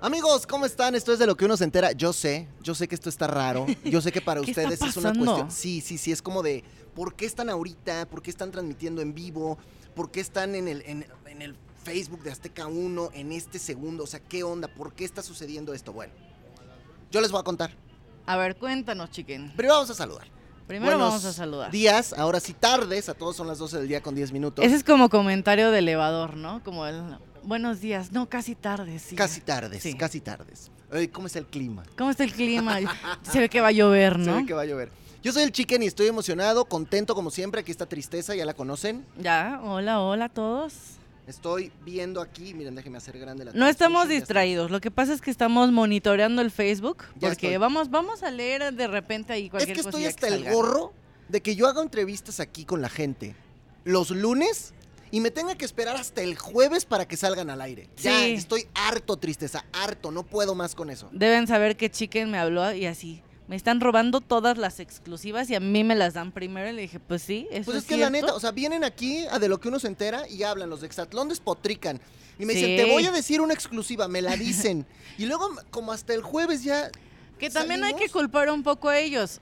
Amigos, ¿cómo están? Esto es de lo que uno se entera. Yo sé, yo sé que esto está raro. Yo sé que para ¿Qué está ustedes es una pasando? cuestión. Sí, sí, sí, es como de ¿por qué están ahorita? ¿Por qué están transmitiendo en vivo? ¿Por qué están en el, en- en el Facebook de Azteca 1 en este segundo? O sea, ¿qué onda? ¿Por qué está sucediendo esto? Bueno, yo les voy a contar. A ver, cuéntanos, chiquen. Primero vamos a saludar. Primero Buenos vamos a saludar. Días, ahora sí tardes, a todos son las 12 del día con 10 minutos. Ese es como comentario de elevador, ¿no? Como el buenos días, no, casi tarde, sí. Casi tardes, Sí. casi tardes. Oye, ¿Cómo es el clima? ¿Cómo está el clima? Se ve que va a llover, Se ¿no? ve que va a llover. Yo soy el chicken y estoy emocionado, contento como siempre. Aquí está tristeza, ya la conocen. Ya, hola, hola a todos. Estoy viendo aquí, miren, déjenme hacer grande la No estamos transmission, ya está. distraídos, lo que pasa es que estamos monitoreando el Facebook, Ya estoy. porque vamos, vamos a leer de repente ahí Es cualquier que estoy cosilla hasta el salga. gorro de que yo haga entrevistas aquí con la gente los lunes y me tenga que esperar hasta el jueves para que salgan al aire. Ya Sí. estoy harto tristeza, harto, no puedo más con eso. Deben saber que Chicken me habló y así. Me están robando todas las exclusivas y a mí me las dan primero. Y le dije, pues sí, eso Pues es, es que la cierto. neta, o sea, vienen aquí a de lo que uno se entera y hablan, los de Exatlón despotrican. Y me dicen, Sí. te voy a decir una exclusiva, me la dicen. y luego, como hasta el jueves ya, Que también hay que ¿Salimos? culpar un poco a ellos,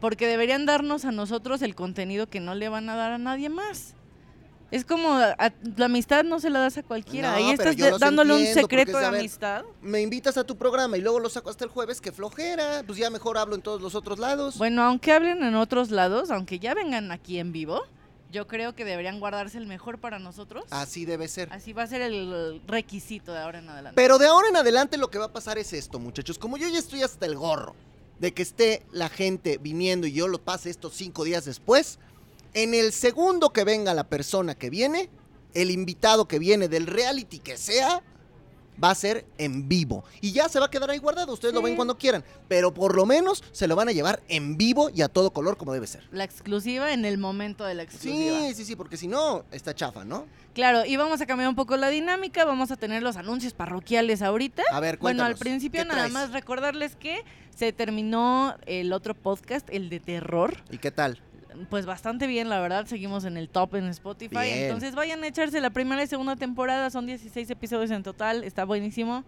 porque deberían darnos a nosotros el contenido que no le van a dar a nadie más. Es como a- a- la amistad no se la das a cualquiera. No, Ahí pero estás yo de- los dándole un entiendo, porque secreto es de, de a ver, amistad. me invitas a tu programa y luego lo saco hasta el jueves, que flojera. Pues ya mejor hablo en todos los otros lados. Bueno, aunque hablen en otros lados, aunque ya vengan aquí en vivo, yo creo que deberían guardarse el mejor para nosotros. Así debe ser. Así va a ser el requisito de ahora en adelante. Pero de ahora en adelante lo que va a pasar es esto, muchachos. Como yo ya estoy hasta el gorro de que esté la gente viniendo y yo lo pase estos cinco días después, en el segundo que venga la persona que viene, el invitado que viene del reality que sea, va a ser en vivo. Y ya se va a quedar ahí guardado. Ustedes lo Sí. ven cuando quieran. Pero por lo menos se lo van a llevar en vivo y a todo color como debe ser. La exclusiva en el momento de la exclusiva. Sí, sí, sí, porque si no, está chafa, ¿no? Claro, y vamos a cambiar un poco la dinámica, vamos a tener los anuncios parroquiales ahorita. A ver, Bueno, cuéntanos. al principio ¿qué nada traes? más recordarles que se terminó el otro podcast, el de terror. ¿Y qué tal? Pues bastante bien, la verdad, seguimos en el top en Spotify. Bien. Entonces vayan a echarse la primera y segunda temporada, son 16 episodios en total, está buenísimo.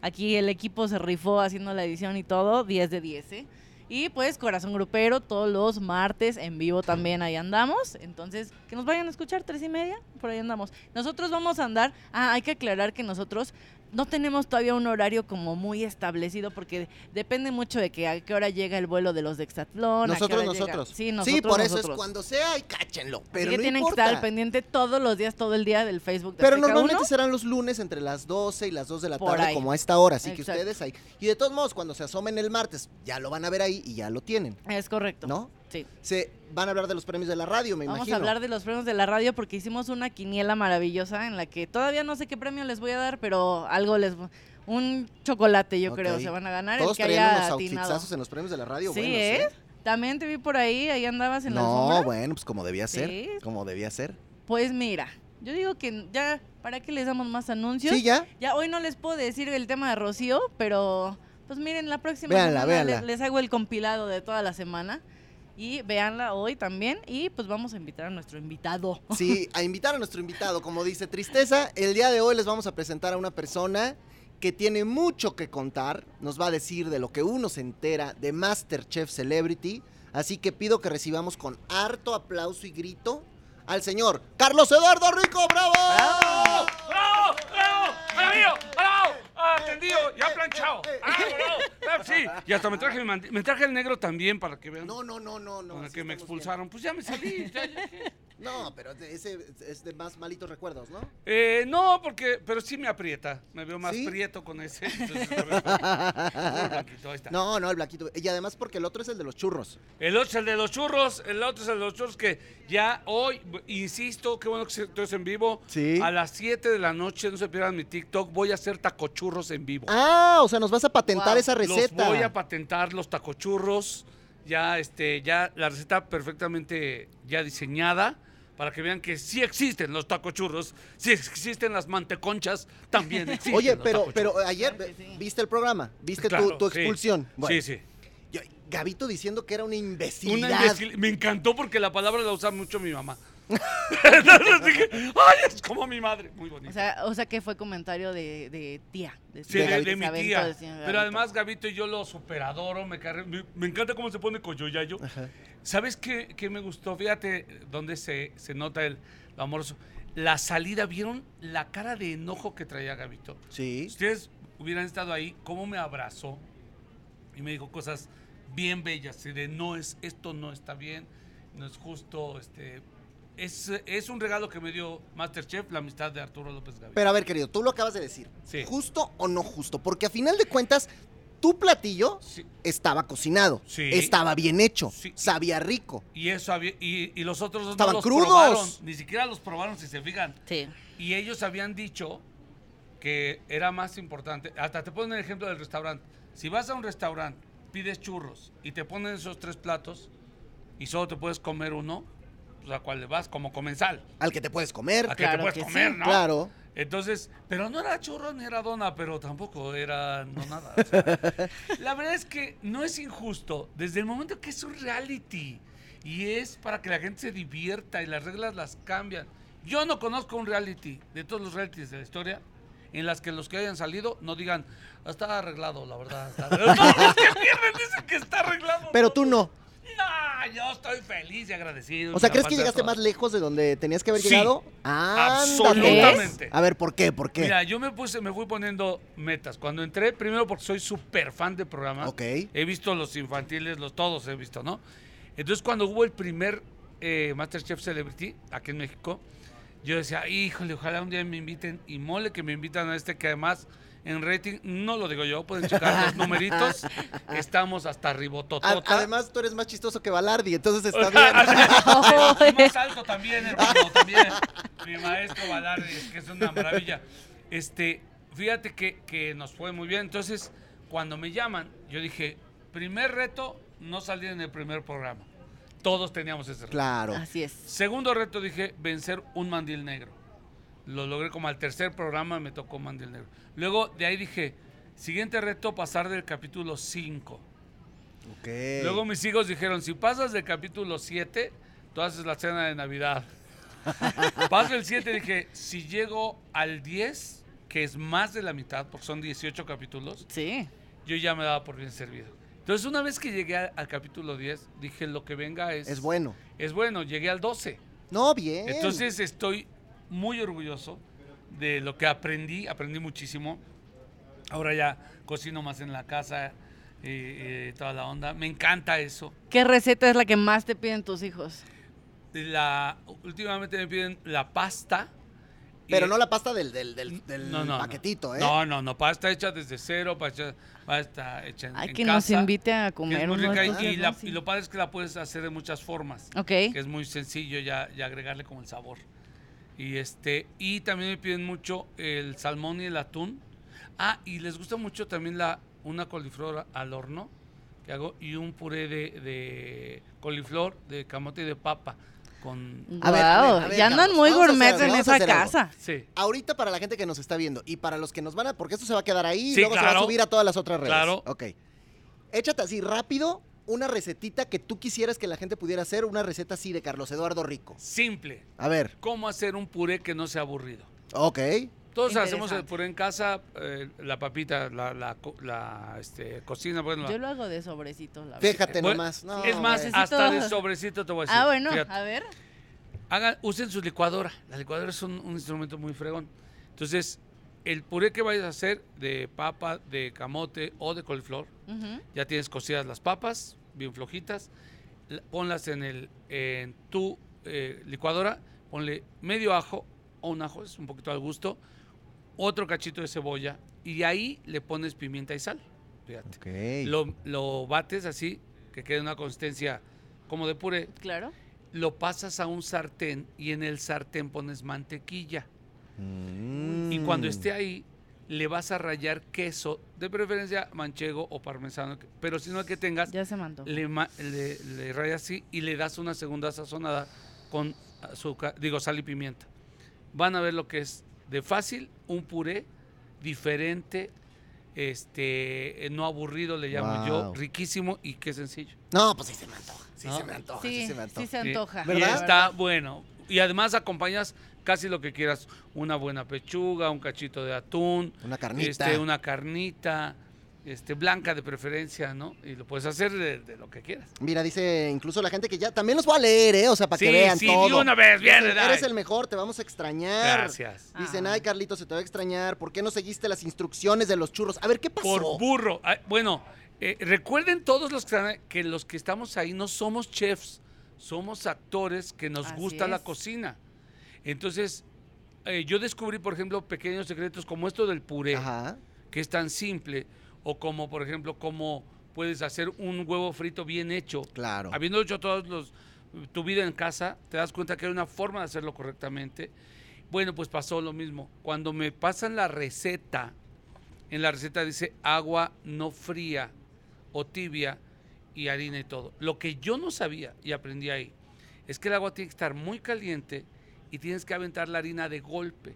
Aquí el equipo se rifó haciendo la edición y todo, 10 de 10. ¿eh? Y pues Corazón Grupero, todos los martes en vivo también ahí andamos. Entonces, que nos vayan a escuchar, tres y media, por ahí andamos. Nosotros vamos a andar, ah, hay que aclarar que nosotros no tenemos todavía un horario como muy establecido porque depende mucho de que a qué hora llega el vuelo de los de Exatlón. a qué Nosotros, hora llega- nosotros. Sí, nosotros. Sí, por eso es nosotros. cuando sea y cáchenlo. Pero Así que no tienen importa. que estar al pendiente todos los días, todo el día del Facebook de Pero Azteca normalmente uno. serán los lunes entre las 12 y las 2 de la Por tarde, ahí. como a esta hora. Así que Exacto. ustedes ahí. Y de todos modos, cuando se asomen el martes, ya lo van a ver ahí y ya lo tienen, Es correcto. ¿no? Sí. Se van a hablar de los premios de la radio, me Vamos imagino. a hablar de los premios de la radio porque hicimos una quiniela maravillosa en la que todavía no sé qué premio les voy a dar, pero algo les... Un chocolate, yo creo, Ok. se van a ganar. el Todos que traían haya unos atinado. outfitsazos en los premios de la radio, Sí, buenos, ¿eh? ¿eh? También te vi por ahí, ahí andabas en la No, alfombra. bueno, pues como debía ser. Sí. Como debía ser. Pues mira, yo digo que ya, ¿para qué les damos más anuncios? Sí, ya. Ya hoy no les puedo decir el tema de Rocío, pero pues miren, la próxima Véanla, semana véanla. Les, les hago el compilado de toda la semana. Y véanla hoy también. Y pues vamos a invitar a nuestro invitado. Sí, a invitar a nuestro invitado, como dice Tristeza, el día de hoy les vamos a presentar a una persona que tiene mucho que contar, nos va a decir de lo que uno se entera de MasterChef Celebrity, así que pido que recibamos con harto aplauso y grito al señor Carlos Eduardo Rico, ¡bravo! ¡Bravo! ¡Bravo! ¡Bravo! ¡Para mío! ¡Bravo! Ah, ¡Atendido! Eh, ¡Ya planchado! ¡Ah, bravo! Sí, y hasta me traje, mi mant- me traje el negro también para que vean. No, no, no, no, no. para sí que me estamos bien. expulsaron. Pues ya me salí. ya, ya, ya. No, pero ese es de más malitos recuerdos, ¿no? Eh, no, porque, pero sí me aprieta. Me veo más ¿Sí? prieto con ese. entonces, a ver, bueno, blanquito, ahí está. No, no, el blanquito. Y además porque el otro es el de los churros. El otro es el de los churros, el otro es el de los churros que ya hoy, insisto, qué bueno que estés en vivo. Sí. A las 7 de la noche, no se pierdan mi TikTok, voy a hacer tacochurros en vivo. Ah, o sea, nos vas a patentar Wow. esa receta. Los voy a patentar los tacochurros. Ya, este, ya la receta perfectamente ya diseñada para que vean que sí existen los tacochurros, sí existen las manteconchas, también existen. Oye, los pero, tacochurros. pero ayer Claro que sí. viste el programa, viste tu- Claro, tu, sí. expulsión. Bueno, Sí, sí. Gabito diciendo que era una imbecilidad. Una imbécil- Me encantó porque la palabra la usa mucho mi mamá. Entonces dije, ¡ay, es como mi madre! Muy bonito. O sea, o sea que fue comentario de, de tía. De, Sí, de de, Gabito. de mi Gabito, tía. del señor Pero Gabito. además Gabito y yo lo superadoro, me, carre- me, me encanta cómo se pone Coyoyayo. Ajá. ¿Sabes qué, qué me gustó? Fíjate eh, dónde se, se nota el, lo amoroso. La salida, ¿vieron la cara de enojo que traía Gabito? Sí. Ustedes hubieran estado ahí, cómo me abrazó y me dijo cosas bien bellas, así de no es, esto no está bien, no es justo, este... Es, es un regalo que me dio Masterchef, la amistad de Arturo López Gavito. Pero a ver, querido, tú lo acabas de decir. Sí. ¿Justo o no justo? Porque a final de cuentas, tu platillo Sí. estaba cocinado. Sí. Estaba bien hecho. Sí. Sabía rico. Y eso había- y, y los otros dos no Estaban los crudos. probaron, ni siquiera los probaron si se fijan. Sí. Y ellos habían dicho que era más importante. Hasta te ponen el ejemplo del restaurante. Si vas a un restaurante, pides churros y te ponen esos tres platos y solo te puedes comer uno, pues a cuál le vas, como comensal. Al que te puedes comer. A que te Claro puedes que sí, comer, ¿no? Claro. Entonces, pero no era churro ni era dona, pero tampoco era no nada. o sea. la verdad es que no es injusto desde el momento que es un reality y es para que la gente se divierta y las reglas las cambian. Yo no conozco un reality de todos los realities de la historia en las que los que hayan salido no digan está arreglado, la verdad. Está arreglado". Todos los que pierden dicen que está arreglado. Pero todo. tú no. No, yo estoy feliz y agradecido. O sea, Me la ¿crees que pasé a llegaste todas. más lejos de donde tenías que haber Sí. llegado? Ándale. Absolutamente. A ver, ¿por qué? ¿Por qué? Mira, yo me puse, me fui poniendo metas. Cuando entré, primero porque soy súper fan del programa. Ok. He visto los infantiles, los todos he visto, ¿no? Entonces, cuando hubo el primer eh, Masterchef Celebrity aquí en México, yo decía, híjole, ojalá un día me inviten. Y mole que me invitan a este, que además en rating, no lo digo yo, pueden checar los numeritos. Estamos hasta A- ribototota. además, tú eres más chistoso que Balardi, entonces está bien. Y más alto también, hermano, también. Mi maestro Balardi, es que es una maravilla. Este, fíjate que, que nos fue muy bien. Entonces, cuando me llaman, yo dije, primer reto, no salir en el primer programa. Todos teníamos ese reto. Claro. Así es. Segundo reto, dije, vencer un mandil negro. Lo logré como al tercer programa, me tocó mandil negro. Luego, de ahí dije, siguiente reto, pasar del capítulo 5. Ok. Luego mis hijos dijeron, si pasas del capítulo 7, tú haces la cena de Navidad. Paso el 7 dije, si llego al 10, que es más de la mitad, porque son 18 capítulos, Sí. yo ya me daba por bien servido. Entonces una vez que llegué a- al, capítulo 10, dije, lo que venga es, Es bueno. es bueno, llegué al 12. No, bien. Entonces estoy muy orgulloso de lo que aprendí, aprendí muchísimo. Ahora ya cocino más en la casa, eh, eh, toda la onda. Me encanta eso. ¿Qué receta es la que más te piden tus hijos? la últimamente me piden la pasta. y- Pero no la pasta del, del, del, del eh, No, no, no. paquetito, ¿eh? No, no, no, pasta hecha desde cero, pasta, pasta hecha en, Hay en que nos casa, invite a que es comer muy uno de rica estos y, días, la- ¿no? Sí. y lo padre es que la puedes hacer de muchas formas, Ok. que es muy sencillo ya, ya agregarle como el sabor. Y este y también me piden mucho el salmón y el atún. Ah, y les gusta mucho también la una coliflor al horno que hago y un puré de, de coliflor, de camote y de papa con Wow, A ver, a ver, a ver, ya andan Carlos, muy vamos a gourmets hacer- en vamos a esa hacer algo. casa. sí. Ahorita para la gente que nos está viendo y para los que nos van a... Porque esto se va a quedar ahí y Sí, luego se va a claro. subir a todas las otras redes. Claro. Ok. Échate así rápido una recetita que tú quisieras que la gente pudiera hacer, una receta así de Carlos Eduardo Rico. Simple. A ver. ¿Cómo hacer un puré que no sea aburrido? Ok. Todos hacemos el Interesante. puré en casa, eh, la papita, la, la co- la, este, cocina, bueno. Yo la- lo hago de sobrecitos, la verdad. Fíjate Bueno, nomás. Este No, es más, bueno. hasta de Necesito- sobrecito te voy a decir. Ah, bueno, pues Fíjate. a ver. Hagan, usen su licuadora. La licuadora es un, un instrumento muy fregón. Entonces, el puré que vayas a hacer de papa, de camote o de coliflor, Ujú. ya tienes cocidas las papas, bien flojitas. la- Ponlas en, el, en tu eh, licuadora. Ponle medio ajo o un ajo, es un poquito al gusto. Otro cachito de cebolla. Y ahí le pones pimienta y sal. Fíjate. Ok. Lo, lo bates así, que quede una consistencia como de puré. Claro. Lo pasas a un sartén y en el sartén pones mantequilla. Mm. Y cuando esté ahí, le vas a rayar queso, de preferencia manchego o parmesano. Pero si no, que tengas Ya se mandó. le, ma- le- le rayas así y le das una segunda sazonada con azúcar, digo, sal y pimienta. Van a ver lo que es de fácil, un puré diferente, este, eh, no aburrido, le llamo yo, Wow. riquísimo y qué sencillo. No, pues sí se me antoja. Sí ¿No? se me antoja, sí, Sí, se me sí antoja. se antoja. Y- ¿Verdad? Y la está bueno. Y además acompañas casi lo que quieras, una buena pechuga, un cachito de atún, Una carnita. este, una carnita, este, blanca de preferencia, ¿no? Y lo puedes hacer de, de lo que quieras. Mira, dice incluso la gente que ya también los va a leer, ¿eh? O sea, para sí, que vean sí, todo. de una vez, viene, Dicen, dai. Eres el mejor, te vamos a extrañar. Gracias. Dicen, Ah. ay, Carlito, se te va a extrañar. ¿Por qué no seguiste las instrucciones de los churros? A ver, ¿qué pasó? Por burro. Ay, Bueno, eh, recuerden todos los que, están- que los que estamos ahí no somos chefs, somos actores que nos Así gusta la es. cocina. Entonces, eh, yo descubrí, por ejemplo, pequeños secretos como esto del puré, Ajá. que es tan simple, o como, por ejemplo, cómo puedes hacer un huevo frito bien hecho. Claro. Habiendo hecho todos los tu vida en casa, te das cuenta que hay una forma de hacerlo correctamente. Bueno, pues pasó lo mismo. Cuando me pasan la receta, en la receta dice agua no fría o tibia y harina y todo. Lo que yo no sabía y aprendí ahí es que el agua tiene que estar muy caliente y tienes que aventar la harina de golpe,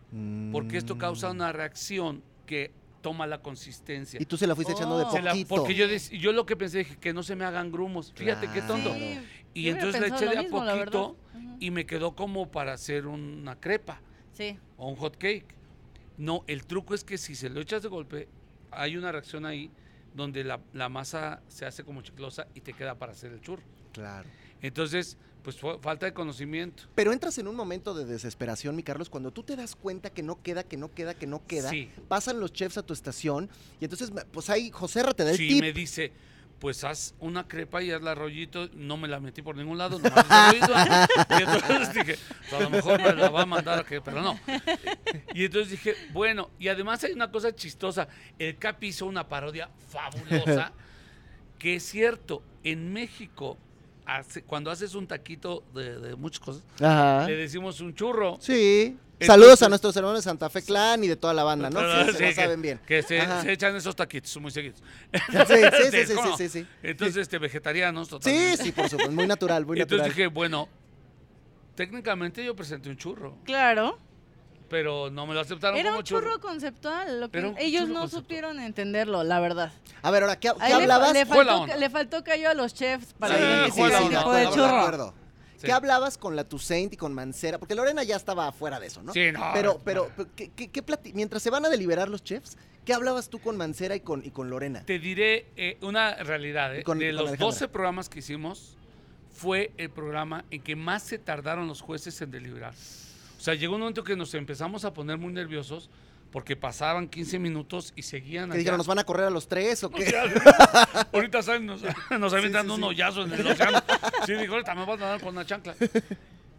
porque esto Mm. causa una reacción que toma la consistencia. Y tú se la fuiste echando de Oh. Se La- poquito. porque yo, dec- yo lo que pensé dije que no se me hagan grumos. Fíjate qué tonto. Claro. Sí, Y yo hubiera entonces le pensado eché lo de a mismo, la verdad. poquito Ujú. y me quedó como para hacer una crepa Sí. o un hot cake. No, el truco es que si se lo echas de golpe, hay una reacción ahí donde la, la masa se hace como chiclosa y te queda para hacer el churro. Claro. Entonces, pues fue falta de conocimiento. Pero entras en un momento de desesperación, mi Carlos, cuando tú te das cuenta que no queda, que no queda, que no queda. Sí. Pasan los chefs a tu estación y entonces, me- pues ahí José te da el Sí, tip. me dice, pues haz una crepa y hazla rollito. No me la metí por ningún lado, nomás hice rollito. Ah. Y entonces dije, "Pues a lo mejor me la va a mandar, a que, pero no. Y entonces dije, bueno, y además hay una cosa chistosa. El Capi hizo una parodia fabulosa, que es cierto, en México, hace- cuando haces un taquito de, de muchas cosas, Ajá. le decimos un churro. Ah. Sí. Entonces- Saludos a nuestros hermanos de Santa Fe Clan y de toda la banda, ¿no? Sí, se Sí, la que- saben bien. Que se, Ajá. se echan esos taquitos muy seguidos. Sí, sí, sí, sí, ¿Cómo? sí, sí, sí. Entonces, este, vegetarianos, Sí, totalmente. sí, por supuesto. Muy natural, muy Y entonces natural. dije, bueno, técnicamente yo presenté un churro, Claro. pero no me lo aceptaron Era como un churro conceptual. Lo que Era un ellos churro no conceptual. supieron entenderlo, la verdad. A ver, ahora, ¿qué, qué Ahí le, hablabas? le Fue la faltó, onda. le faltó cayó a los chefs para Sí, que fue la hiciera el onda. tipo de acuerdo, de acuerdo, de churro. acuerdo. Sí. ¿Qué hablabas con la Toussaint y con Mancera? Porque Lorena ya estaba afuera de eso, ¿no? Sí, no. Pero, pero, pero, ¿qué, qué- qué plati- mientras se van a deliberar los chefs, ¿qué hablabas tú con Mancera y con, y con Lorena? Te diré eh, una realidad. eh. Y con- y de con los Alejandra. 12 programas que hicimos, fue el programa en que más se tardaron los jueces en deliberar. O sea, llegó un momento que nos empezamos a poner muy nerviosos porque pasaban 15 minutos y seguían. Que allá. dijeron, ¿nos van a correr a los tres o qué? Ahorita salen, nos, nos avientan sí, un sí. hoyazo en el océano. Sí, dijo, ahorita me van a dar con una chancla.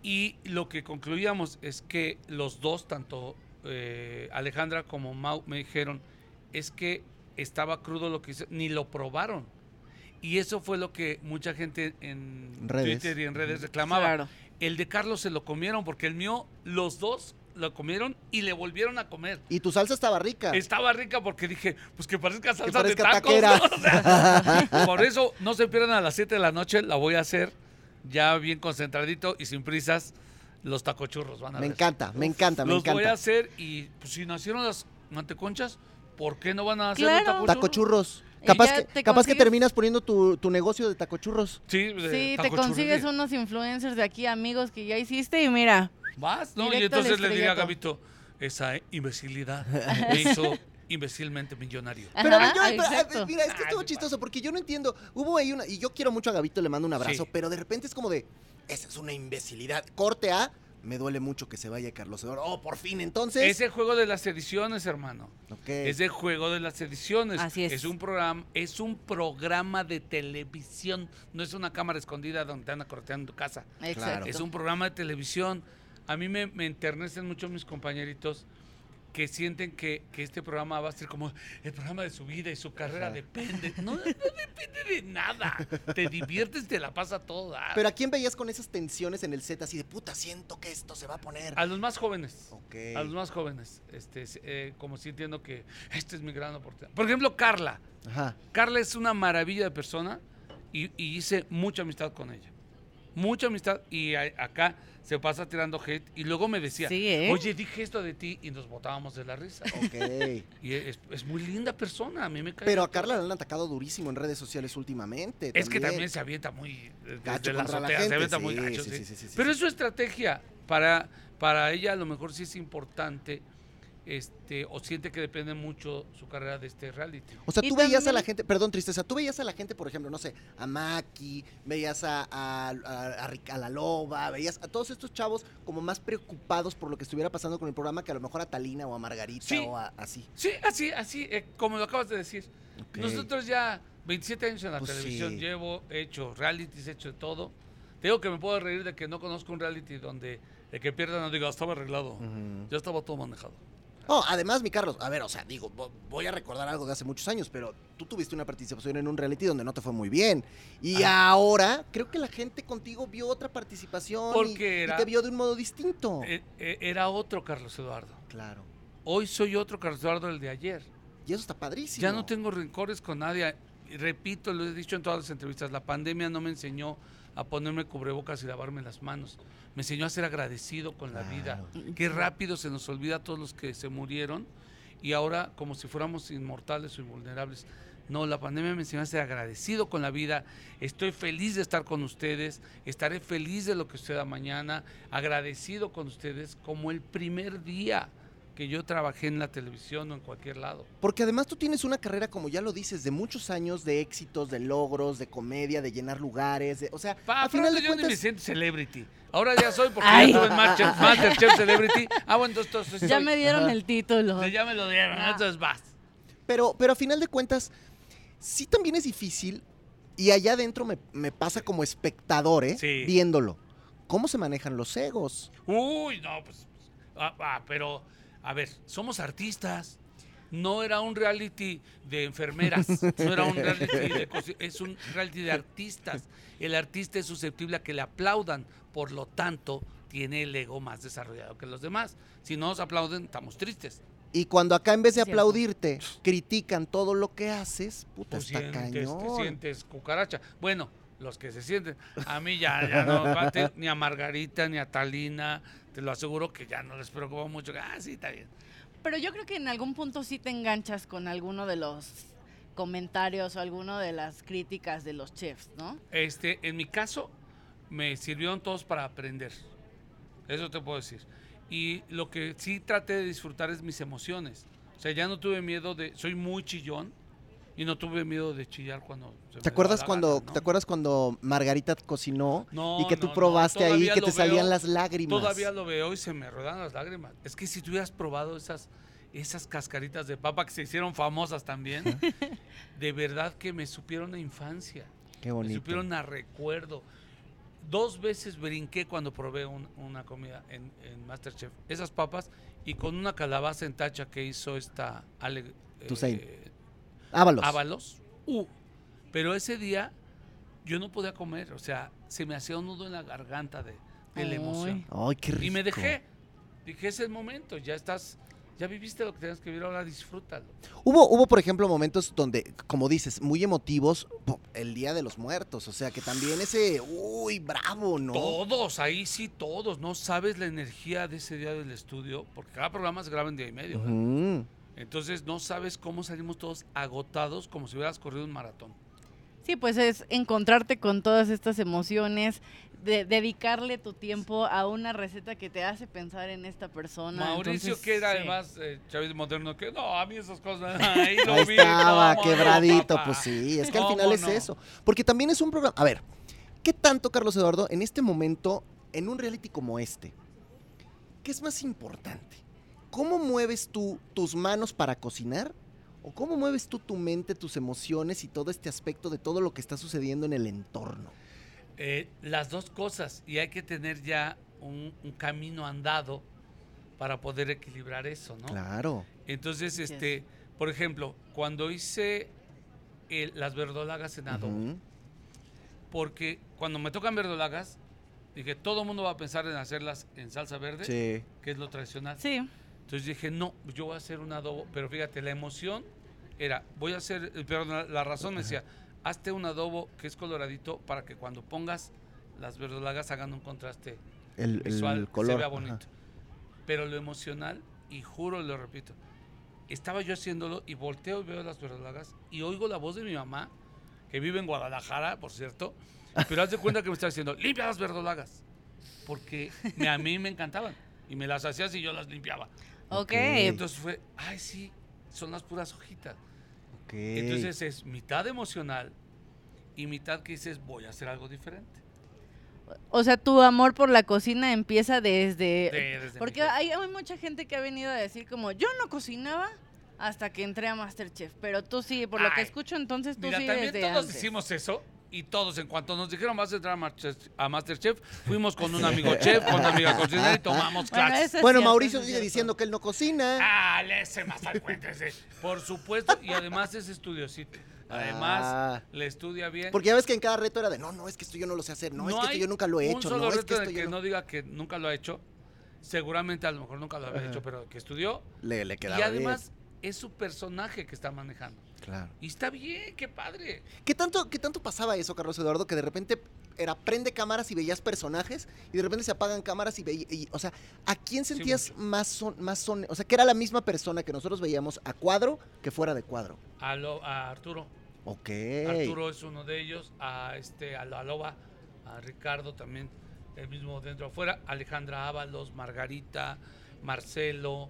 Y lo que concluíamos es que los dos, tanto eh, Alejandra como Mau, me dijeron, es que estaba crudo lo que hice, ni lo probaron. Y eso fue lo que mucha gente en Redes. Twitter y en redes reclamaba. Claro. El de Carlos se lo comieron, porque el mío, los dos lo comieron y le volvieron a comer. Y tu salsa estaba rica. Estaba rica porque dije, pues que parezca salsa parezca de tacos. taquera. ¿no? O sea, por eso no se pierdan a las 7 de la noche, la voy a hacer ya bien concentradito y sin prisas. Los tacochurros van a Me ver. encanta, me encanta, me Los voy a encanta. hacer y pues, si nacieron las manteconchas, ¿por qué no van a hacer Claro. un tacochurro? Tacochurros. Y Capaz, ya que, te capaz que consigues- terminas poniendo tu, tu negocio de tacochurros. Sí, de Sí, te tacochurros, consigues sí. unos influencers de aquí, amigos que ya hiciste y mira, Vas, ¿no? Y Directo al entonces le diría a estrellato. Gabito, esa imbecilidad me hizo imbecilmente millonario. Pero a ver, Ajá, yo, pero, a ver, exacto. mira, es que Ah, estuvo sí, chistoso porque yo no entiendo. Hubo ahí una. Y yo quiero mucho a Gabito, le mando un abrazo, Sí. pero de repente es como de. Esa es una imbecilidad. Corte A. Me duele mucho que se vaya Carlos Eduardo. Oh, por fin, entonces. Es el juego de las ediciones, hermano. Ok. Es el juego de las ediciones. Así es. Es un programa, es un programa de televisión. No es una cámara escondida donde te andan corteando tu casa. Claro. Exacto. Es un programa de televisión. A mí me, me enternecen mucho mis compañeritos que sienten que, que este programa va a ser como el programa de su vida y su carrera Ajá. depende. No, no depende de nada. Te diviertes, te la pasa ¿ah? toda. Pero ¿a quién veías con esas tensiones en el set así de puta, siento que esto se va a poner? a los más jóvenes. Ok. A los más jóvenes, este, eh, como si entiendo que esta es mi gran oportunidad. Por ejemplo, Carla. Ajá. Carla es una maravilla de persona y, y hice mucha amistad con ella. mucha amistad y a- acá se pasa tirando hate y luego me decía, Sí, ¿eh? oye, dije esto de ti y nos botábamos de la risa. Ok. Y es, es muy linda persona, a mí me cae. Pero a bien. Carla la han atacado durísimo en redes sociales últimamente. Es que también se avienta muy. eh, Desde Gacho la contra la azotea, se gente, avienta sí, muy gacho. sí, sí. sí, sí, sí, sí, Pero sí. es su estrategia. Para, para ella, a lo mejor sí es importante. Este, o siente que depende mucho su carrera de este reality. O sea, Y tú veías a la también- gente, perdón, tristeza, tú veías a la gente, por ejemplo, no sé, a Maki, veías a, a, a- a Ric- a la Loba, veías a todos estos chavos como más preocupados por lo que estuviera pasando con el programa que a lo mejor a Talina o a Margarita Sí. o a, así. Sí, así, así, eh, como lo acabas de decir. Nosotros ya 27 años en la Pues televisión sí. llevo, he hecho realities, he hecho de todo. Te digo que me puedo reír de que no conozco un reality donde el que pierda no diga, estaba arreglado. Ya estaba todo manejado. Oh, además, mi Carlos, a ver, o sea, digo, vo- voy a recordar algo de hace muchos años, pero tú tuviste una participación en un reality donde no te fue muy bien. Y Ah. ahora creo que la gente contigo vio otra participación y- Porque y, era- te vio de un modo distinto. Eh, eh, era otro Carlos Eduardo. Claro. Hoy soy otro Carlos Eduardo del de ayer. Y eso está padrísimo. Ya no tengo rencores con nadie. Y Repito, lo he dicho en todas las entrevistas, la pandemia no me enseñó a ponerme cubrebocas y lavarme las manos. Me enseñó a ser agradecido con la vida. Claro. Qué rápido se nos olvida a todos los que se murieron y ahora como si fuéramos inmortales o invulnerables. No, la pandemia me enseñó a ser agradecido con la vida. Estoy feliz de estar con ustedes. Estaré feliz de lo que suceda mañana. Agradecido con ustedes como el primer día que yo trabajé en la televisión o en cualquier lado. Porque además tú tienes una carrera, como ya lo dices, de muchos años de éxitos, de logros, de comedia, de llenar lugares, de, o sea, Pa, al final pronto de yo ni me cuentas... siento celebrity. Ahora ya soy porque Ay. ya estuve en Master, Masterchef Celebrity. Ah, bueno, entonces, entonces Ya soy. me dieron Ajá. el título. Ya me lo dieron, Ah. entonces vas. Pero, pero a final de cuentas, sí también es difícil y allá adentro me, me pasa como espectador, ¿eh? Sí. Viéndolo. ¿Cómo se manejan los egos? Uy, no, pues. pues, ah, ah, pero, a ver, somos artistas. No era un reality de enfermeras, no era un reality de cosi- es un reality de artistas. El artista es susceptible a que le aplaudan, por lo tanto, tiene el ego más desarrollado que los demás. Si no nos aplauden, estamos tristes. Y cuando acá en vez de Cierto. aplaudirte, critican todo lo que haces, puta, Tú está Pues sientes, cañón. te sientes cucaracha. Bueno, los que se sienten. A mí ya, ya no, bate, ni a Margarita, ni a Talina, te lo aseguro que ya no les preocupa mucho. Ah, sí, está bien. Pero yo creo que en algún punto sí te enganchas con alguno de los comentarios o alguno de las críticas de los chefs, ¿no? Este, en mi caso, me sirvieron todos para aprender. Eso te puedo decir. Y lo que sí traté de disfrutar es mis emociones. O sea, ya no tuve miedo de. Soy muy chillón y no tuve miedo de chillar cuando. se me ¿Te daba acuerdas, la cuando, gana, ¿no? ¿Te acuerdas cuando Margarita cocinó No, y que no, tú no, probaste ahí todavía que lo te salían veo, las lágrimas? Todavía lo veo y se me rodan las lágrimas. Es que si tú hubieras probado esas, esas cascaritas de papa que se hicieron famosas también, de verdad que me supieron a infancia, Qué me bonito. supieron a recuerdo. Dos veces brinqué cuando probé un- una comida en, en Masterchef. Esas papas y con una calabaza en tacha que hizo esta Ale, Tussain. eh, Ábalos. Ábalos. Uh, pero ese día yo no podía comer, o sea, se me hacía un nudo en la garganta de, de la emoción. Ay, qué rico. Y me dejé. Dije, es el momento, ya estás, ya viviste lo que tenías que vivir, ahora disfrútalo. Hubo, hubo, por ejemplo, momentos donde, como dices, muy emotivos, po- el Día de los Muertos, o sea, que también ese, uy, bravo, ¿no? Todos, ahí sí, todos. No sabes la energía de ese día del estudio, porque cada programa se graba en día y medio. Ujú. Entonces no sabes cómo salimos todos agotados como si hubieras corrido un maratón. Sí, pues es encontrarte con todas estas emociones, de- dedicarle tu tiempo a una receta que te hace pensar en esta persona. Mauricio, entonces, que era sí. además eh, Chávez Moderno, que no, a mí esas cosas. Ahí, lo Ahí vi, estaba, cómo no, quebradito, papá. pues sí, es que al ¿Cómo final es no? eso. Porque también es un programa, a ver, ¿qué tanto, Carlos Eduardo, en este momento, en un reality como este, qué es más importante? ¿Cómo mueves tú tus manos para cocinar? ¿O cómo mueves tú tu mente, tus emociones y todo este aspecto de todo lo que está sucediendo en el entorno? Eh, las dos cosas y hay que tener ya un, un camino andado para poder equilibrar eso, ¿no? Claro. Entonces, Así es. este, por ejemplo, cuando hice el- las verdolagas en adobo, Ujú. porque cuando me tocan verdolagas, dije, todo el mundo va a pensar en hacerlas en salsa verde, Sí. que es lo tradicional. Sí, Entonces dije, no, yo voy a hacer un adobo, pero fíjate, la emoción era, voy a hacer, eh, perdón, la, la razón me decía, hazte un adobo que es coloradito para que cuando pongas las verdolagas hagan un contraste El, el visual, que color. se vea ajá. bonito. Pero lo emocional, y juro, lo repito, estaba yo haciéndolo y volteo y veo las verdolagas y oigo la voz de mi mamá, que vive en Guadalajara, por cierto, pero haz de cuenta que me está diciendo, limpia las verdolagas, porque me- a mí me encantaban y me las hacías y yo las limpiaba. Ok. Entonces fue, ay, sí, son las puras hojitas. Ok. Entonces es mitad emocional y mitad que dices, voy a hacer algo diferente. O sea, tu amor por la cocina empieza desde... De- desde porque mi- hay, hay mucha gente que ha venido a decir como, yo no cocinaba hasta que entré a Masterchef, pero tú sí, por lo que Ay. escucho, entonces tú Mira, sí también desde todos antes. hicimos eso. Y todos, en cuanto nos dijeron vas a entrar a Masterchef, a Masterchef", fuimos con un amigo chef, con una amiga cocinera y tomamos Bueno, clases. eso es bueno, cierto, Mauricio eso es sigue cierto. diciendo que él no cocina. Ah, le ese más al cuento ese. Por supuesto, y además es estudiosito. Además, Ah. le estudia bien. Porque ya ves que en cada reto era de, no, no, es que esto yo no lo sé hacer, no, es que esto hay yo nunca lo he un hecho, solo no, es reto que en el esto que yo no... no diga que nunca lo ha hecho. Seguramente a lo mejor nunca lo había Ajá. hecho, pero que estudió. Le, le quedaba y bien. además es su personaje que está manejando. Claro. Y está bien, qué padre. ¿Qué tanto, ¿Qué tanto pasaba eso, Carlos Eduardo? Que de repente era prende cámaras y veías personajes y de repente se apagan cámaras y veías... o sea, ¿a quién sentías mucho. más son, más son... O sea, que era la misma persona que nosotros veíamos a cuadro que fuera de cuadro. A, lo- a Arturo. Ok. Arturo es uno de ellos, a este, a la Loba, a Ricardo también, el mismo dentro afuera, Alejandra Ábalos, Margarita, Marcelo.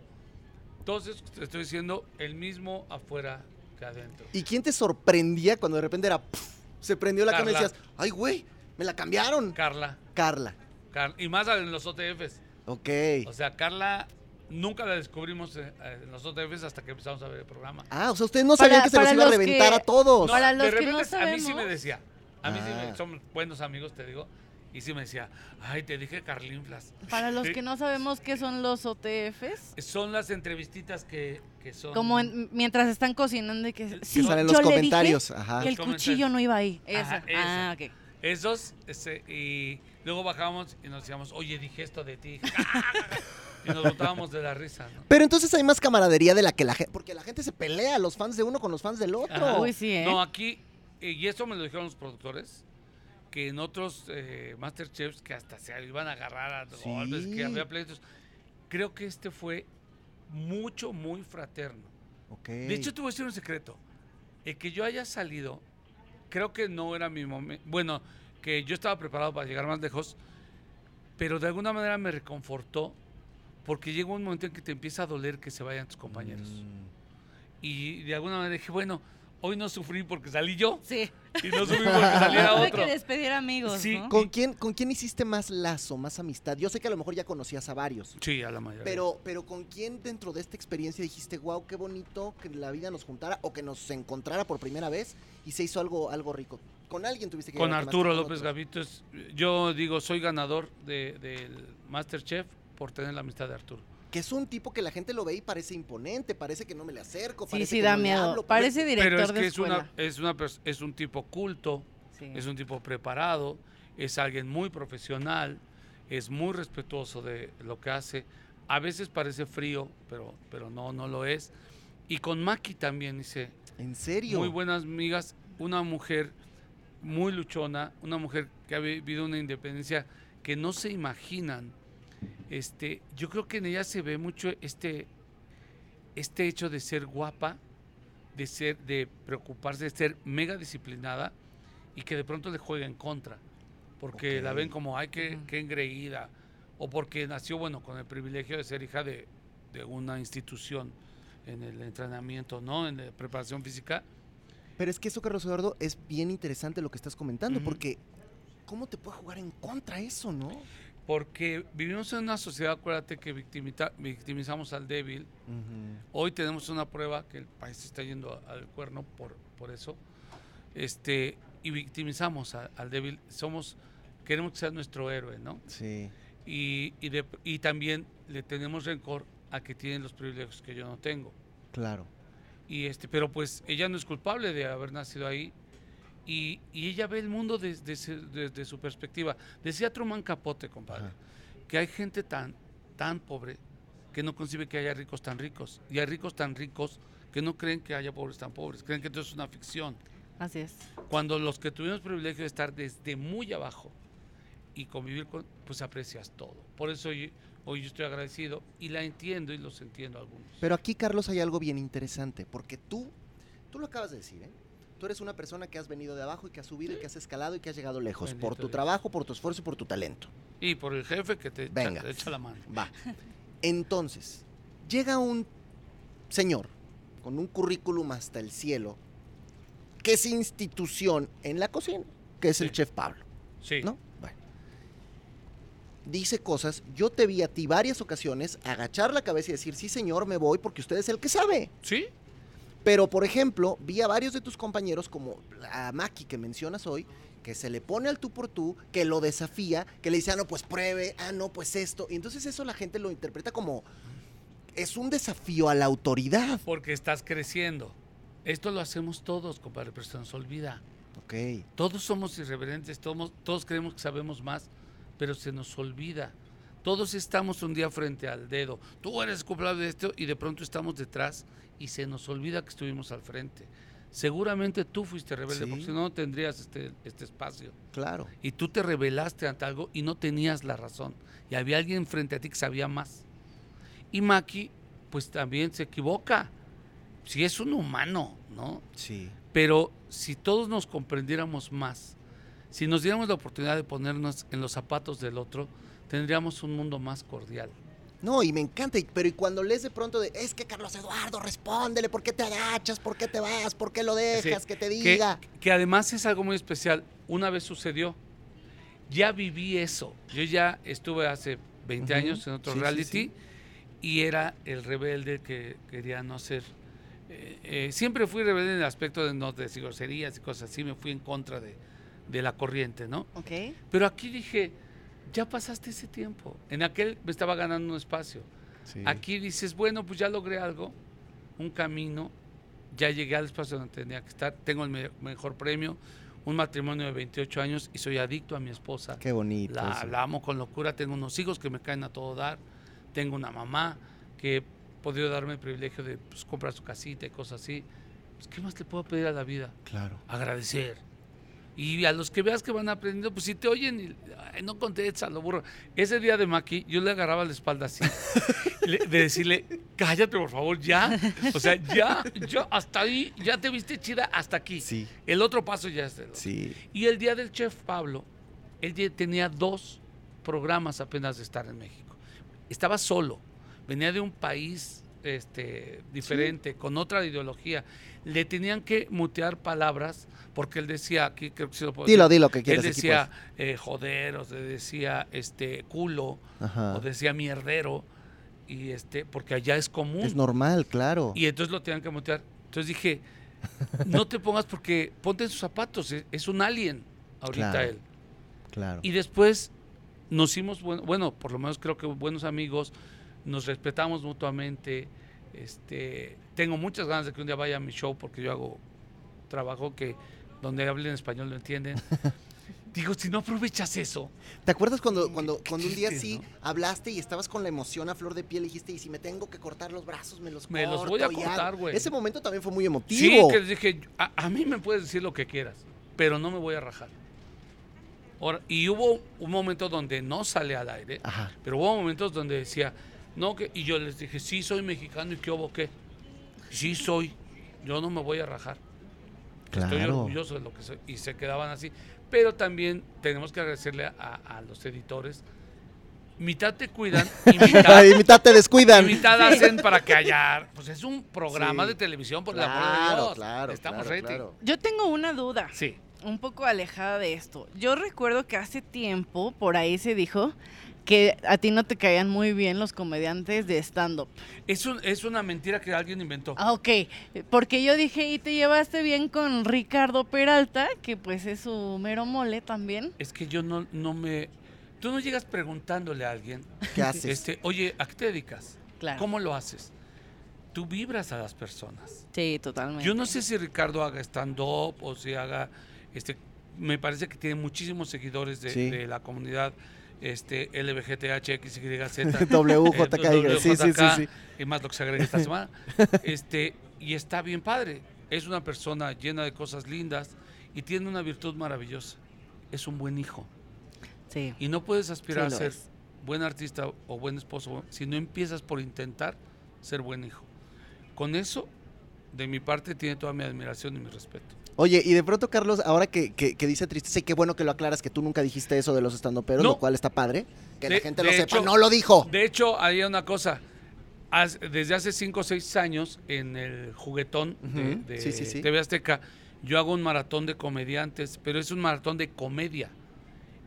Todos esos que te estoy diciendo, el mismo afuera que adentro. ¿Y quién te sorprendía cuando de repente era... pf, se prendió la cámara y Carla. decías, ay, güey, me la cambiaron. Carla, Carla. Car- y más en los OTFs. Ok. O sea, Carla nunca la descubrimos eh, en los OTFs hasta que empezamos a ver el programa. Ah, o sea, ustedes no Para- sabían que se los para iba a los que- reventar a todos. No, Para de los que repente, no A mí sí me sabemos. decía. A mí sí Ah. me, son buenos amigos, te digo. Y sí me decía, ay, te dije Carlinflas. Para los Sí. que no sabemos qué son los OTFs, Son las entrevistitas que, que son. como en- mientras están cocinando y que... Que Que Sí, salen yo los le dije comentarios. Ah. que Ajá. el Los cuchillo no iba ahí. Esa. Ajá, esa. Ah, ok. Esos, este, y luego bajábamos y nos decíamos, oye, dije esto de ti. y nos botábamos de la risa, ¿no? Pero entonces hay más camaradería de la que la gente. Porque la gente se pelea, los fans de uno con los fans del Ajá. otro. Uy, sí, ¿eh? No, aquí, eh, y eso me lo dijeron los productores, que en otros eh, Masterchefs que hasta se iban a agarrar a Sí. golpes, que había pleitos. Creo que este fue mucho, muy fraterno. Ok. De hecho, te voy a decir un secreto. El que yo haya salido, creo que no era mi momento. Bueno, que yo estaba preparado para llegar más lejos, pero de alguna manera me reconfortó porque llega un momento en que te empieza a doler que se vayan tus compañeros. Mm. Y de alguna manera dije, bueno, hoy no sufrí porque salí yo Sí. y no sufrí porque saliera Tuve otro. que despedir amigos, Sí, ¿no? Mm. ¿Con quién, ¿Con quién hiciste más lazo, más amistad? Yo sé que a lo mejor ya conocías a varios. Sí, a la mayoría. Pero, pero ¿con quién dentro de esta experiencia dijiste, wow, qué bonito que la vida nos juntara o que nos encontrara por primera vez y se hizo algo, algo rico? ¿Con alguien tuviste que con llevarte más Arturo que con López otros? Gavito, es- yo digo, soy ganador de- del Masterchef por tener la amistad de Arturo. Que es un tipo que la gente lo ve y parece imponente, parece que no me le acerco. Sí, parece sí, que da no le miedo. hablo, Parece director Pero es que de es, una, escuela. Mm. es, una, pers- es un tipo culto, Sí. es un tipo preparado, es alguien muy profesional, es muy respetuoso de lo que hace. A veces parece frío, pero, pero no, no lo es. Y con Maki también hice ¿En serio? muy buenas amigas, una mujer muy luchona, una mujer que ha vivido una independencia que no se imaginan. Este, yo creo que en ella se ve mucho este, este hecho de ser guapa, de ser, de preocuparse, de ser mega disciplinada y que de pronto le juega en contra, porque la Ok. ven como ay qué, Ujú. qué engreída o porque nació bueno con el privilegio de ser hija de, de una institución en el entrenamiento, ¿no? En la preparación física. Pero es que eso, Carlos Eduardo, es bien interesante lo que estás comentando, Ujú. porque ¿cómo te puede jugar en contra eso, no? Porque vivimos en una sociedad, acuérdate, que victimita- victimizamos al débil. Hoy tenemos una prueba que el país está yendo a- al cuerno por, por eso. Este, y victimizamos a- al débil. Somos, queremos que sea nuestro héroe, ¿no? Sí. Y, y, de- y también le tenemos rencor a que tienen los privilegios que yo no tengo. Claro. Y este, pero pues ella no es culpable de haber nacido ahí. Y, y ella ve el mundo desde, ese- desde su perspectiva. Decía Truman Capote, compadre, Ajá. que hay gente tan, tan pobre que no concibe que haya ricos tan ricos. Y hay ricos tan ricos que no creen que haya pobres tan pobres. Creen que todo es una ficción. Así es. Cuando los que tuvimos privilegio de estar desde muy abajo y convivir con, pues aprecias todo. Por eso hoy, hoy yo estoy agradecido y la entiendo y los entiendo a algunos. Pero aquí, Carlos, hay algo bien interesante, porque tú, tú lo acabas de decir, ¿eh? Tú eres una persona que has venido de abajo y que has subido y que has escalado y que has llegado lejos, Bendito por tu Dios. trabajo, por tu esfuerzo y por tu talento. Y por el jefe que te echa- Venga. te echa la mano. Va. Entonces, llega un señor con un currículum hasta el cielo, que es institución en la cocina, que es el Sí. chef Pablo, Sí. ¿no? Bueno. Dice cosas, yo te vi a ti varias ocasiones agachar la cabeza y decir, sí señor, me voy porque usted es el que sabe. ¿Sí? Pero, por ejemplo, vi a varios de tus compañeros, como a Maki que mencionas hoy, que se le pone al tú por tú, que lo desafía, que le dice, ah, no, pues pruebe, ah, no, pues esto. Y entonces eso la gente lo interpreta como, es un desafío a la autoridad. Porque estás creciendo. Esto lo hacemos todos, compadre, pero se nos olvida. Ok. Todos somos irreverentes, todos, todos creemos que sabemos más, pero se nos olvida. Todos estamos un día frente al dedo. Tú eres culpable de esto y de pronto estamos detrás y se nos olvida que estuvimos al frente. Seguramente tú fuiste rebelde, Sí. porque si no, no tendrías este, este espacio. Claro. Y tú te rebelaste ante algo y no tenías la razón. Y había alguien frente a ti que sabía más. Y Maki, pues también se equivoca. Si es un humano, ¿no? Sí. Pero si todos nos comprendiéramos más, si nos diéramos la oportunidad de ponernos en los zapatos del otro, tendríamos un mundo más cordial. No, y me encanta, y- pero y cuando lees de pronto de, es que Carlos Eduardo, respóndele, ¿por qué te agachas? ¿Por qué te vas? ¿Por qué lo dejas? Sí, Que te Que, diga. que además es algo muy especial. Una vez sucedió, ya viví eso. Yo ya estuve hace 20 Ujú, años en otro sí, sí, reality sí. y era el rebelde que quería no ser. Eh, eh, siempre fui rebelde en el aspecto de no decir groserías y cosas así, me fui en contra de, de la corriente, ¿no? Ok. Pero aquí dije, ya pasaste ese tiempo. En aquel me estaba ganando un espacio. Aquí dices, bueno, pues ya logré algo, un camino, ya llegué al espacio donde tenía que estar, tengo el me- mejor premio, un matrimonio de 28 años y soy adicto a mi esposa. Qué bonito. La, eso. la amo con locura, tengo unos hijos que me caen a todo dar, tengo una mamá que he podido darme el privilegio de pues, comprar su casita y cosas así. Pues, ¿Qué más le puedo pedir a la vida? Claro. agradecer. Y a los que veas que van aprendiendo, pues si te oyen, y, "Ay, no contestas, lo burro. Ese día de Maki, yo le agarraba la espalda así, le- de decirle, cállate por favor, ya. O sea, ya, ya, hasta ahí, ya te viste chida, hasta aquí. Sí, El otro paso ya es el otro. sí. Y el día del chef Pablo, él ya tenía dos programas apenas de estar en México. Estaba solo, venía de un país este, diferente, con otra ideología. Le tenían que mutear palabras porque él decía, aquí creo que sí lo puedo Dilo, decir, dilo que quieres pues, él aquí. decía eh, joder, o se decía este, culo, pues. Ajá. o decía mierdero, y este, porque allá es común. Es normal, claro. "Mm". Y entonces lo tenían que mutear. Entonces dije, no te pongas porque ponte en sus zapatos, e- es un alien ahorita Claro. él. Claro. Y después nos hicimos, buen- bueno, por lo menos creo que buenos amigos, nos respetamos mutuamente. Este, tengo muchas ganas de que un día vaya a mi show porque yo hago trabajo que donde hablen español lo entienden. Digo, si no aprovechas eso, ¿Te acuerdas cuando, cuando, qué cuando un día triste, sí hablaste y estabas con la emoción a flor de piel y dijiste, y si me tengo que cortar los brazos, me los Me los corto? voy a y cortar, hago"? güey. Ese momento también fue muy Sí, emotivo. que les dije, a, a mí me puedes decir lo que quieras, pero no me voy a rajar. Ahora, y hubo un momento donde no sale al aire, Ajá. pero hubo momentos donde decía, no, que, y yo les dije, sí, soy mexicano y qué hubo qué. Sí, soy, yo no me voy a rajar. Estoy Claro. orgulloso de lo que soy. Y se quedaban así. Pero también tenemos que agradecerle a, a los editores. Mitad te cuidan y mitad, Ay, mitad te y descuidan. mitad hacen para callar. Pues es un programa Sí. de televisión, por el amor de Claro, Dios. claro, Estamos claro, rating. claro. Yo tengo una duda. Sí. un poco alejada de esto. Yo recuerdo que hace tiempo por ahí se dijo que a ti no te caían muy bien los comediantes de stand-up. Es, un- es una mentira que alguien inventó. Ah, ok. Porque yo dije, ¿y te llevaste bien con Ricardo Peralta? Que pues es su mero mole también. Es que yo no, no me. Tú no llegas preguntándole a alguien, ¿Qué haces? este, oye, ¿a qué te dedicas? Claro. ¿Cómo lo haces? Tú vibras a las personas. Sí, totalmente. Yo no sé si Ricardo haga stand-up o si haga. Este, me parece que tiene muchísimos seguidores de, Sí. de la comunidad este, LBGTHXYZ. WJK. Sí, sí, sí, WJK, sí. Y más lo que se agrega esta semana. Este, y está bien padre. Es una persona llena de cosas lindas y tiene una virtud maravillosa. Es un buen hijo. Sí. Y no puedes aspirar Sí, lo a ser es. buen artista o buen esposo si no empiezas por intentar ser buen hijo. Con eso, de mi parte, tiene toda mi admiración y mi respeto. Oye, y de pronto, Carlos, ahora que, que- que dice tristeza, y qué bueno que lo aclaras, que tú nunca dijiste eso de los estandoperos, No. lo cual está padre. Que la De- gente lo de sepa, hecho- no lo dijo. De hecho, había una cosa. Haz- Desde hace 5 o 6 años, en el juguetón de, Ujú. de Sí, sí, sí. TV Azteca, yo hago un maratón de comediantes, pero es un maratón de comedia.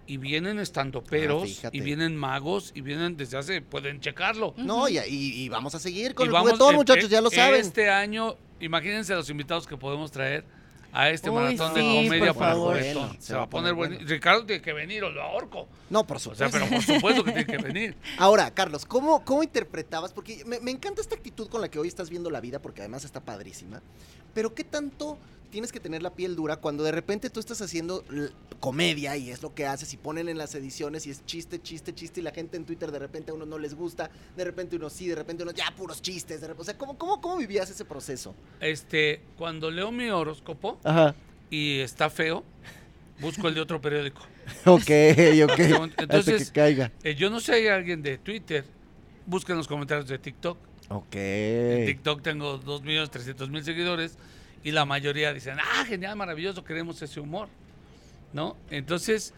Y vienen Ah, estandoperos, fíjate. y vienen magos, y vienen desde hace, pueden checarlo. No, y, y- y vamos a seguir con Y el vamos- juguetón, e- muchachos, e- ya lo saben. Este año, imagínense los invitados que podemos traer a este Uy, maratón sí, de comedia por para favor. juguetón. Bueno, se, va a poner bueno. Ricardo tiene que venir o lo ahorco. No, por O sea, supuesto. pero por supuesto que tiene que venir. Ahora, Carlos, ¿cómo, cómo interpretabas? Porque me, me encanta esta actitud con la que hoy estás viendo la vida, porque además está padrísima. Pero ¿qué tanto tienes que tener la piel dura cuando de repente tú estás haciendo l- comedia y es lo que haces y ponen en las ediciones y es chiste, chiste, chiste y la gente en Twitter de repente a uno no les gusta, de repente uno sí, de repente uno ya puros chistes, de repente, o sea, ¿cómo, cómo, cómo vivías ese proceso? Este, cuando leo mi horóscopo Ajá, y está feo, busco el de otro periódico. ok, ok. Entonces- que caiga. Eh, yo no sé, hay alguien de Twitter, busquen los comentarios de TikTok. Ok. En TikTok tengo 2.300.000 seguidores y la mayoría dicen, ah, genial, maravilloso, queremos ese humor. ¿No? Entonces,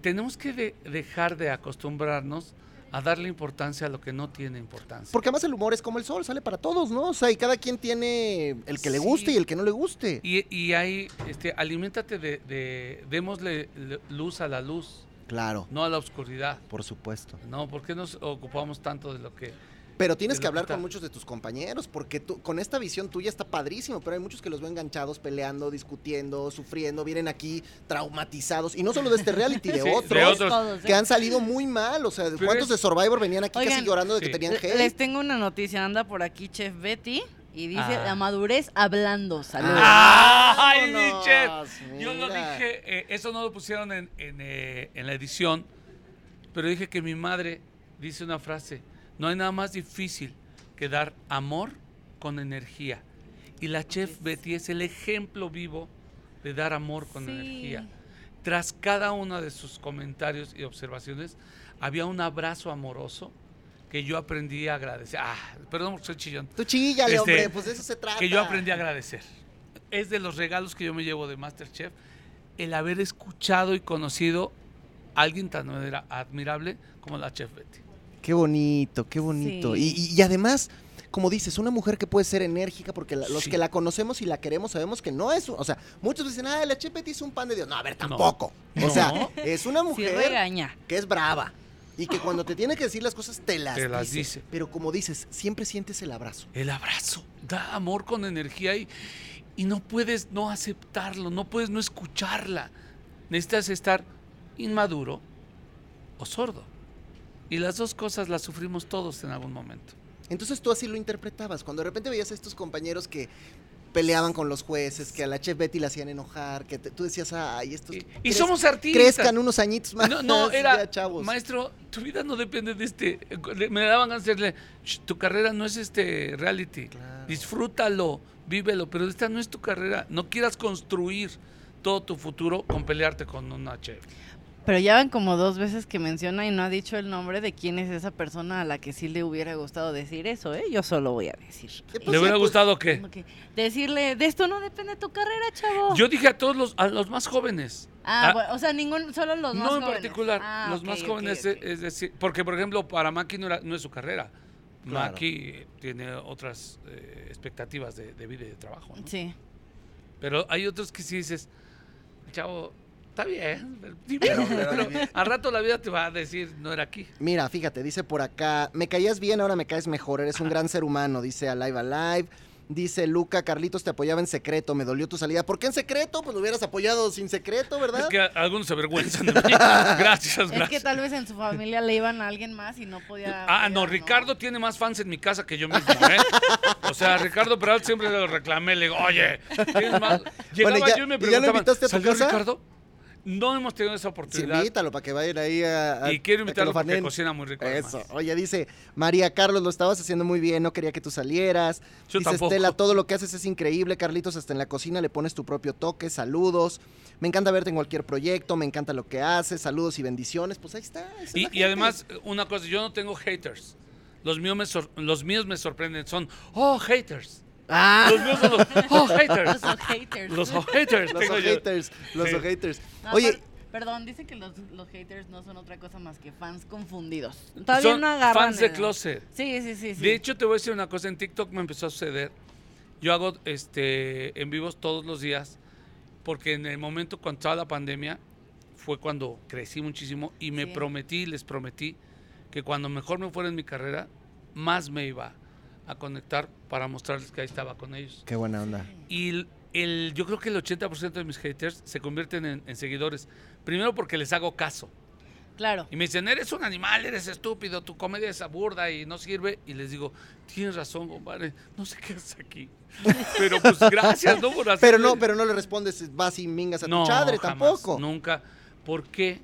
tenemos que de- dejar de acostumbrarnos a darle importancia a lo que no tiene importancia. Porque además el humor es como el sol, sale para todos, ¿no? O sea, y cada quien tiene el que le Sí. guste y el que no le guste. Y, y ahí, este, aliméntate de, de- démosle le- luz a la luz, Claro, no a la oscuridad. por supuesto. No, ¿por qué nos ocupamos tanto de lo que... Pero tienes De que lo hablar que está. con muchos de tus compañeros, porque tú, con esta visión tuya está padrísimo, pero hay muchos que los veo enganchados, peleando, discutiendo, sufriendo, vienen aquí traumatizados, y no solo de este reality, de Sí, otros, de otros. Todos, ¿eh? que han salido muy mal. O sea, Pero ¿cuántos es- de Survivor venían aquí casi Oigan, llorando de que sí. tenían hate? Les tengo una noticia. Anda por aquí Chef Betty y dice Ah. la madurez hablando. Saludos. Ah. ¡Ay, Vámonos, Michelle! Yo lo mira. dije, eh, eso no lo pusieron en, en, eh, en la edición, pero dije que mi madre dice una frase, no hay nada más difícil que dar amor con energía. Y la chef Betty es el ejemplo vivo de dar amor con Sí. energía. Tras cada uno de sus comentarios y observaciones, había un abrazo amoroso que yo aprendí a agradecer. Ah, perdón, soy chillón Tú chíllale, Este, hombre, pues de eso se trata. que yo aprendí a agradecer. Es de los regalos que yo me llevo de Masterchef, el haber escuchado y conocido a alguien tan admira- admirable como la Chef Betty. Qué bonito, qué bonito. Sí. Y, y- y además, como dices, una mujer que puede ser enérgica, porque la- los Sí. que la conocemos y la queremos sabemos que no es. un- O sea, muchos dicen, ah, la Chepeti es un pan de Dios. No, a ver, tampoco. O No. sea, es una Sí, mujer regaña. que es brava y que cuando te tiene que decir las cosas, te las, Te las dice. dice. Pero como dices, siempre sientes el abrazo. El abrazo, da amor con energía y, y no puedes no aceptarlo, no puedes no escucharla. Necesitas estar inmaduro o sordo. Y las dos cosas las sufrimos todos en algún momento. Entonces tú así lo interpretabas. Cuando de repente veías a estos compañeros que peleaban con los jueces, que a la Chef Betty la hacían enojar, que te- tú decías, ay, estos Y, y crez- somos artistas. crezcan unos añitos más. No, no, era, ya, chavos. maestro, tu vida no depende de este. le- Me daban ganas de decirle, "Sh, tu carrera no es este reality. Claro. Disfrútalo, vívelo, pero esta no es tu carrera. No quieras construir todo tu futuro con pelearte con una chef. Pero ya van como dos veces que menciona y no ha dicho el nombre de quién es esa persona a la que sí le hubiera gustado decir eso, ¿eh? Yo solo voy a decir. Sí, pues ¿Le sí, hubiera pues, gustado que Como que decirle, de esto no depende tu carrera, chavo. Yo dije a todos los, a los más jóvenes. ah, a- bueno, o sea, ningún, solo los más no en jóvenes. particular, Ah, los ok, más ok, jóvenes, eh, ok. Es, decir, porque por ejemplo, para Maki no, era- no es su carrera. Claro. Maki eh, tiene otras eh, expectativas de, de vida y de trabajo. ¿no? Sí. Pero hay otros que sí dices, chavo, está bien, pero diviértete, pero al rato la vida te va a decir, no era aquí. Mira, fíjate, dice por acá, me caías bien, ahora me caes mejor, eres un gran ser humano, dice Alive Alive. Dice Luca, Carlitos te apoyaba en secreto, me dolió tu salida. ¿Por qué en secreto? Pues lo hubieras apoyado sin secreto, ¿verdad? Es que a- algunos se avergüenzan de mí. Gracias, Es que gracias. tal vez en su familia le iban a alguien más y no podía. Ah, no, apoyar, Ricardo tiene más fans en mi casa que yo mismo, ¿eh? O sea, Ricardo Peralta siempre lo reclamé, le digo, oye, tienes más. Llegaba ya- yo ¿y ya y lo me preguntaban, invitaste a tu ¿salió casa? Ricardo? No hemos tenido esa Sí, oportunidad. invítalo para que vayan ahí a. a- y quiero a que lo invitarlo porque faneen. cocina muy rico. Eso. además. Oye, dice María Carlos, lo estabas haciendo muy bien, no quería que tú salieras. Yo dice tampoco. Estela, todo lo que haces es increíble, Carlitos, hasta en la cocina le pones tu propio toque, saludos. Me encanta verte en cualquier proyecto, me encanta lo que haces, saludos y bendiciones. Pues ahí está. ahí está la Y, y gente. además, una cosa, yo no tengo haters. Los míos me, sor- los míos me sorprenden. Son, oh, haters. Ah, Los míos son los, oh, haters. Los haters. Los oh, haters. los tengo yo. haters, los Sí. haters. No, Oye, per- Perdón, dicen que los, los haters no son otra cosa más que fans confundidos. Todavía Son no agarran. fans de el- closet. Sí, sí, sí. sí. De hecho, te voy a decir una cosa. En TikTok me empezó a suceder. Yo hago este, en vivos todos los días. Porque en el momento, cuando estaba la pandemia, fue cuando crecí muchísimo. Y me Sí. prometí, les prometí, que cuando mejor me fuera en mi carrera, más me iba a conectar para mostrarles que ahí estaba con ellos. qué buena onda. Y el, el- yo creo que el 80% de mis haters se convierten en, en seguidores. Primero porque les hago caso. Claro. Y me dicen, eres un animal, eres estúpido, tu comedia es aburda y no sirve. Y les digo, tienes razón, compadre, no sé qué haces aquí. Pero pues gracias, ¿no? Por Pero hacerme- no, pero no le respondes, vas y mingas a No, tu chadre jamás, tampoco. Nunca. Porque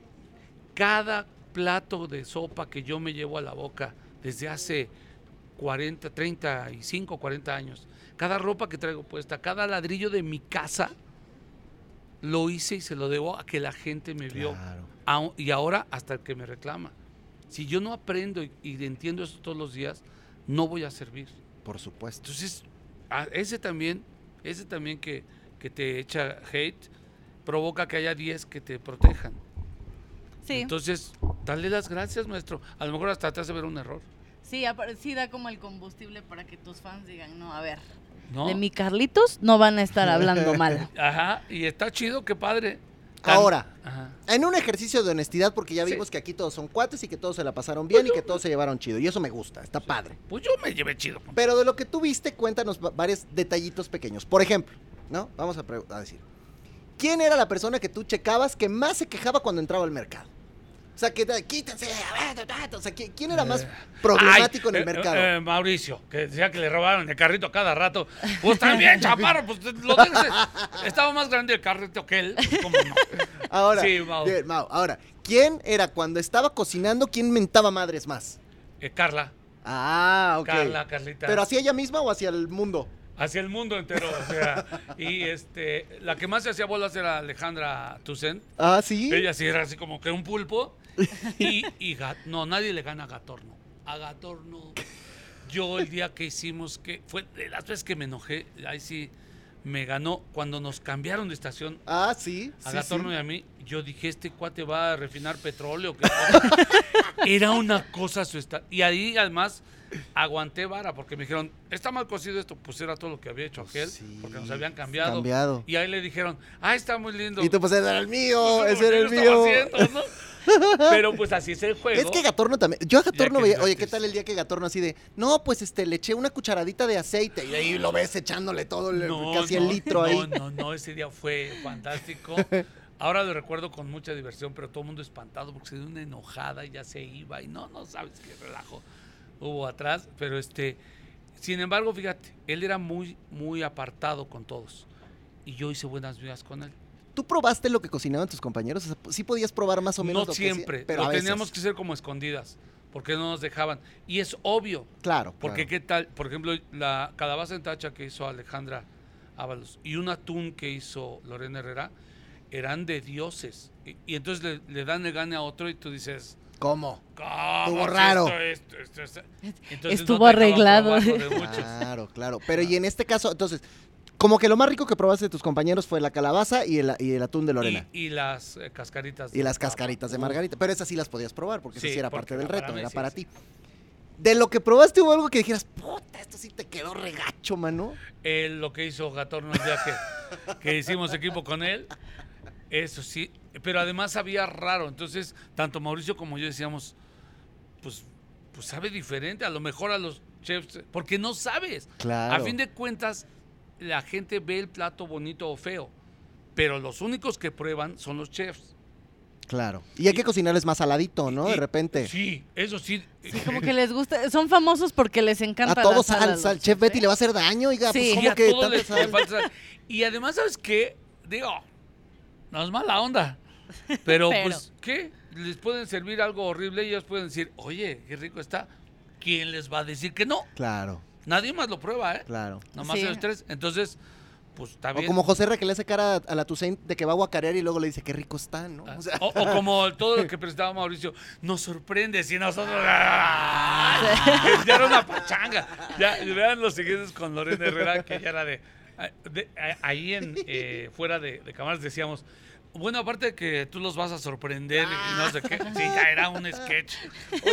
cada plato de sopa que yo me llevo a la boca desde hace 40, 35, 40 años, cada ropa que traigo puesta, cada ladrillo de mi casa, lo hice y se lo debo a que la gente me vio. Claro. Au- y ahora hasta el que me reclama. Si yo no aprendo y, y entiendo eso todos los días, no voy a servir. Por supuesto. Entonces, a- ese también, ese también que, que te echa hate, provoca que haya 10 que te protejan. Sí. Entonces, dale las gracias, maestro. A lo mejor hasta te hace ver un error. Sí, apar- sí da como el combustible para que tus fans digan, no, a ver, ¿No? de mi Carlitos no van a estar hablando mal. Ajá, y está chido, qué padre. Tan- Ahora, Ajá. en un ejercicio de honestidad, porque ya Sí. vimos que aquí todos son cuates y que todos se la pasaron bien y que todos se llevaron chido. Y eso me gusta, está padre. Pues yo me llevé chido. compa. Pero de lo que tú viste, cuéntanos va- varios detallitos pequeños. Por ejemplo, ¿no? Vamos a, pre- a decir. ¿Quién era la persona que tú checabas que más se quejaba cuando entraba al mercado? O sea, que te- quítense, a ver, ta, ta, o sea, ¿qui- ¿quién era más problemático Eh, en el Ay, eh, mercado? eh, Mauricio, que decía que le robaron el carrito a cada rato. Pues también, chaparro, pues lo tienes. Estaba más grande el carrito que él. pues, ¿cómo no? ahora, sí, Mau. bien, Mau, ahora, ¿quién era cuando estaba cocinando, quién mentaba madres más? Eh, Carla, Ah, ok. Carla, Carlita. ¿Pero hacia ella misma o hacia el mundo? Hacia el mundo entero, o sea. Y este, la que más se hacía bolas era Alejandra Tucent. Ah, sí. Ella sí era así como que un pulpo. Y, y Ga- no, nadie le gana a Gatorno. A Gatorno. Yo el día que hicimos que. Fue de las veces que me enojé. Ahí sí me ganó. Cuando nos cambiaron de estación Ah, sí. a sí, Gatorno sí. y a mí, yo dije, este cuate va a refinar petróleo. ¿qué cosa?". Era una cosa su esta- Y ahí además aguanté vara porque me dijeron, está mal cocido esto, pues era todo lo que había hecho aquel, Sí, porque nos habían cambiado. Cambiado. Y ahí le dijeron, ah, está muy lindo. Y tú, pues, ese era el mío, Pues, ese era yo el lo estaba mío. haciendo, ¿no? Pero pues así es el juego. Es que Gatorno también. Yo a Gatorno que veía. digas, Oye, ¿qué sí. tal el día que Gatorno así de. No, pues este, le eché una cucharadita de aceite. Y ahí lo ves echándole todo, el- casi el litro no, ahí. No, no, ese día fue fantástico. Ahora lo recuerdo con mucha diversión, pero todo el mundo espantado porque se dio una enojada y ya se iba. Y no, no sabes qué relajo hubo atrás. Pero este, sin embargo, fíjate, él era muy, muy apartado con todos. Y yo hice buenas vidas con él. ¿Tú probaste lo que cocinaban tus compañeros? O sea, sí podías probar más o menos. lo No que hacían, siempre, pero lo a veces. teníamos que hacer como escondidas, porque no nos dejaban. Y es obvio, Claro. Porque claro. qué tal, por ejemplo, la calabaza en tacha que hizo Alejandra Ábalos y un atún que hizo Lorena Herrera eran de dioses. Y, y entonces le, le dan el gane a otro y tú dices, ¿Cómo? "¿Cómo Estuvo es raro". esto, esto, esto, esto?". Entonces, Estuvo no te dejaban arreglado. probarlo Ah, de muchos. Claro, claro. Pero y en este caso, entonces, como que lo más rico que probaste de tus compañeros fue la calabaza y el, y el atún de Lorena. Y, y las eh, cascaritas. Y las cascaritas de Uf. Margarita. Pero esas sí las podías probar, porque esas Sí, sí era porque parte del era reto, para mí, era sí, para sí. ti. De lo que probaste hubo algo que dijeras, puta, esto sí te quedó regacho, mano. Eh, lo que hizo Gatorno el día que, que hicimos equipo con él. Eso sí. Pero además sabía raro. Entonces, tanto Mauricio como yo decíamos, pues, pues sabe diferente. A lo mejor a los chefs. Porque no sabes. Claro. A fin de cuentas, la gente ve el plato bonito o feo. Pero los únicos que prueban son los chefs. Claro. Y hay que cocinarles más saladito, ¿no? Y- De repente. Sí, eso sí. Sí, como que les gusta. Son famosos porque les A encanta. todos la sal a los salsa. El chefs, chef Betty ¿eh? le va a hacer daño, oiga. Sí. Pues, Y ¿cómo a que todos tanta les- sal? le falta sal. Y además, ¿sabes qué? Digo, no es mala onda. Pero. Pero, pues, ¿qué? Les pueden servir algo horrible y ellos pueden decir, oye, qué rico está. ¿Quién les va a decir que no? Claro, Nadie más lo prueba, ¿eh? claro. Nomás Sí. ellos tres. Entonces, pues está O bien. como José R. que le hace cara a la Toussaint de que va a guacarear y luego le dice, qué rico está, ¿no? Ah, O sea, o, o como todo lo que prestaba Mauricio, nos sorprende si nosotros. ya era una pachanga. Ya, vean los siguientes con Lorena Herrera, que ya era de. de- a- ahí en eh, fuera de, de cámaras decíamos. Bueno, aparte de que tú los vas a sorprender y no sé qué. Sí, ya era un sketch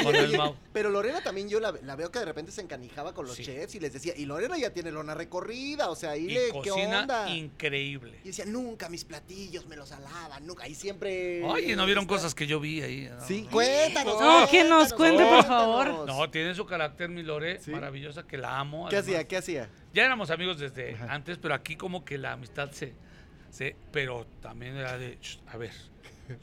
con oye, el Mau. pero Lorena también yo la, la veo que de repente se encanijaba con los Sí. chefs y les decía, y Lorena ya tiene lona recorrida, o sea, ahí Y le, ¿qué cocina onda? increíble. Y decía, nunca mis platillos me los alaban, nunca, y siempre... Oye, no vieron cosas que yo vi ahí. ¿no? Sí, cuéntanos. No, que nos cuente, por cuéntanos. favor. No, tiene su carácter, mi Lore, Sí. maravillosa, que la amo. ¿Qué además. hacía? ¿Qué hacía? Ya éramos amigos desde antes, pero aquí como que la amistad se, se... Pero también era de, "Shh, a ver,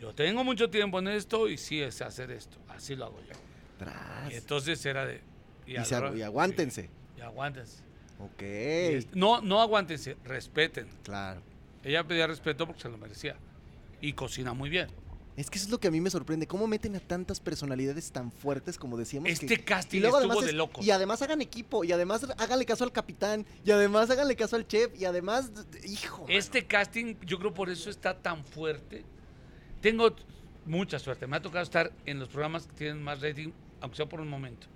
yo tengo mucho tiempo en esto y sí es hacer esto, así lo hago yo. Tras. Y entonces era de... Y, al se- ra- y aguántense. Y, y aguántense. Ok, Y este- no, no aguántense, respeten. claro. Ella pedía respeto porque se lo merecía. Y cocina muy bien. Es que eso es lo que a mí me sorprende. ¿Cómo meten a tantas personalidades tan fuertes como decíamos? que- Este casting además estuvo es- de locos. Y además hagan equipo, y además háganle caso al capitán, y además háganle caso al chef, y además, d- d- hijo. mano. Este casting, yo creo por eso está tan fuerte. Tengo t- mucha suerte. Me ha tocado estar en los programas que tienen más rating, aunque sea por un momento.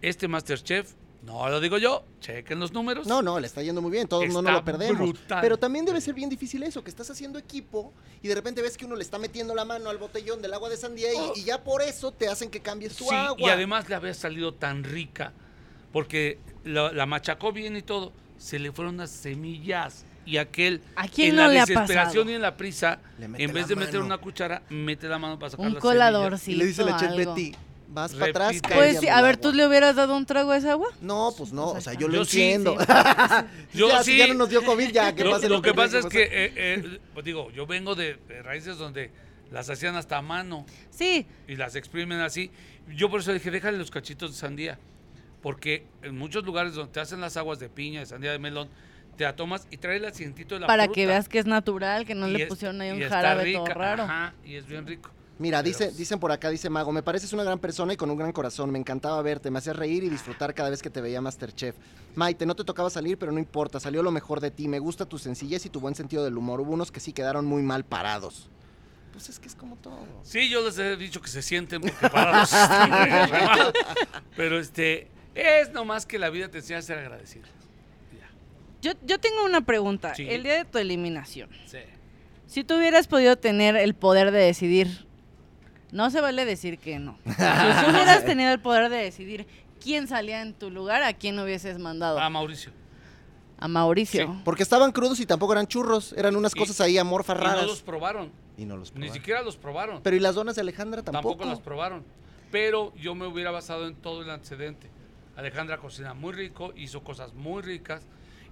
Este Masterchef, no lo digo yo, chequen los números. No, no, le está yendo muy bien, todos no, no pues, Está lo perdemos. brutal. Pero también debe ser bien difícil eso, que estás haciendo equipo y de repente ves que uno le está metiendo la mano al botellón del agua de sandía y, Oh. y ya por eso te hacen que cambies tu Sí, agua. y además le había salido tan rica, porque la, la machacó bien y todo. Se le fueron las semillas y aquel ¿A quién en no la le ha desesperación pasado? y en la prisa, Le mete en vez la de meter mano. una cuchara, mete la mano para sacar Un las colador, semillas. y le dice la chef algo. Betty, vas para atrás, Repite. Pues cámbiame sí, el a ver, ¿tú agua". le hubieras dado un trago a esa agua? No, pues no, o sea, yo lo Yo sí, entiendo. Yo ya, sí. si ya no nos dio COVID, ya, que lo, pase lo que tenga pasa es pasar. que, eh, eh, pues digo, yo vengo de, de raíces donde las hacían hasta a mano Sí, y las exprimen así. Yo por eso dije, déjale los cachitos de sandía. Porque en muchos lugares donde te hacen las aguas de piña, de sandía, de melón, te la tomas y traes el asientito de la para fruta. que veas que es natural, que no Y le es- pusieron ahí y un está jarabe rica, todo raro. Ajá, y es bien rico. Mira, Pero dice, sí. dicen por acá, dice Mago, me pareces una gran persona y con un gran corazón. Me encantaba verte, me hacías reír y disfrutar cada vez que te veía Masterchef. Maite, no te tocaba salir, pero no importa, salió lo mejor de ti. Me gusta tu sencillez y tu buen sentido del humor. Hubo unos que sí quedaron muy mal parados. Pues es que es como todo. Sí, yo les he dicho que se sienten porque parados. están re mal. Pero este, es nomás que la vida te enseña a ser agradecido. Yo, yo tengo una pregunta. Sí. El día de tu eliminación, Sí. si tú hubieras podido tener el poder de decidir, no se vale decir que no. Si tú hubieras tenido el poder de decidir quién salía en tu lugar, a quién hubieses mandado. A Ah, Mauricio. A Mauricio. Sí. Porque estaban crudos y tampoco eran churros, eran unas Y- cosas ahí amorfas Y no los raras. probaron. Y no los Ni probaron. siquiera los probaron. Pero y las donas de Alejandra tampoco. tampoco. las probaron. Pero yo me hubiera basado en todo el antecedente. Alejandra cocina muy rico, hizo cosas muy ricas.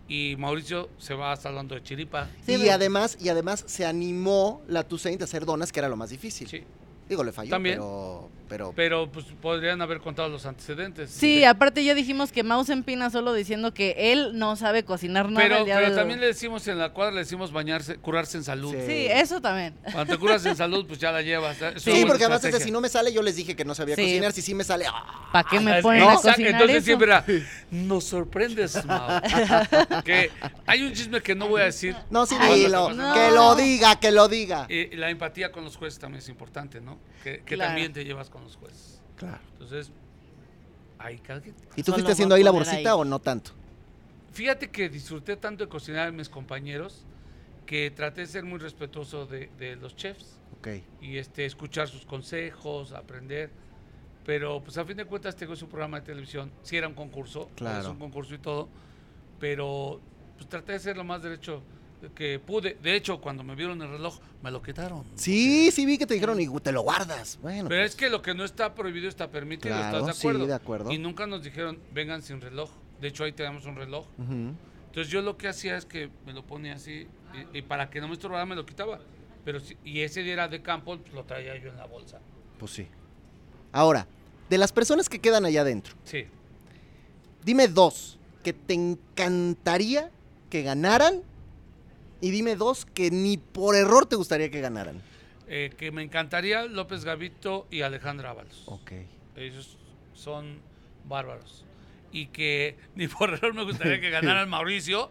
Y Mauricio se va salvando de chiripa. Sí, y pero- además, y además se animó la Toussaint a hacer donas, que era lo más difícil. Sí. Digo, le falló, También. pero, pero Pero pues podrían haber contado los antecedentes. Sí, De- aparte ya dijimos que Mau se empina solo diciendo que él no sabe cocinar nada. pero, el día pero de- también le decimos en la cuadra, le decimos bañarse, curarse en salud. Sí. Sí, eso también. Cuando te curas en salud, pues ya la llevas. Es Sí, una buena porque además es de, estrategia. si no me sale, yo les dije que no sabía Sí. cocinar, si sí me sale, ¡ah! ¿Para qué me Es- ponen a exacto, cocinar Entonces eso? siempre era, nos sorprendes, Mau. que hay un chisme que no voy a decir. no, sí, Cuando te dilo, pasa- Ah, no. que lo diga, que lo diga. Eh, la empatía con los jueces también es importante, ¿no? Que, que Claro. también te llevas con los jueces. Claro. Entonces, ahí cada quien. ¿Y tú Solo fuiste voy haciendo a ahí la poner bolsita ahí. o no tanto? Fíjate que disfruté tanto de cocinar a mis compañeros que traté de ser muy respetuoso de, de los chefs Ok. y este escuchar sus consejos, aprender. Pero pues a fin de cuentas tengo su programa de televisión. Sí era un concurso, Claro. es un concurso y todo, pero pues traté de ser lo más derecho que pude. De hecho, cuando me vieron el reloj, me lo quitaron. Sí, sí vi que te dijeron y te lo guardas. Bueno, Pero pues, es que lo que no está prohibido está permitido, Claro, ¿estás sí, de acuerdo? de acuerdo. Y nunca nos dijeron, vengan sin reloj. De hecho, ahí tenemos un reloj. ujú. Entonces yo lo que hacía es que me lo ponía así y, y para que no me estorbara me lo quitaba. Pero si- y ese día era de campo, pues lo traía yo en la bolsa. Pues sí. Ahora, de las personas que quedan allá adentro, Sí. dime dos que te encantaría que ganaran y dime dos que ni por error te gustaría que ganaran. Eh, que me encantaría López Gavito y Alejandra Ábalos. Ok. Ellos son bárbaros. y que ni por error me gustaría que ganaran Mauricio.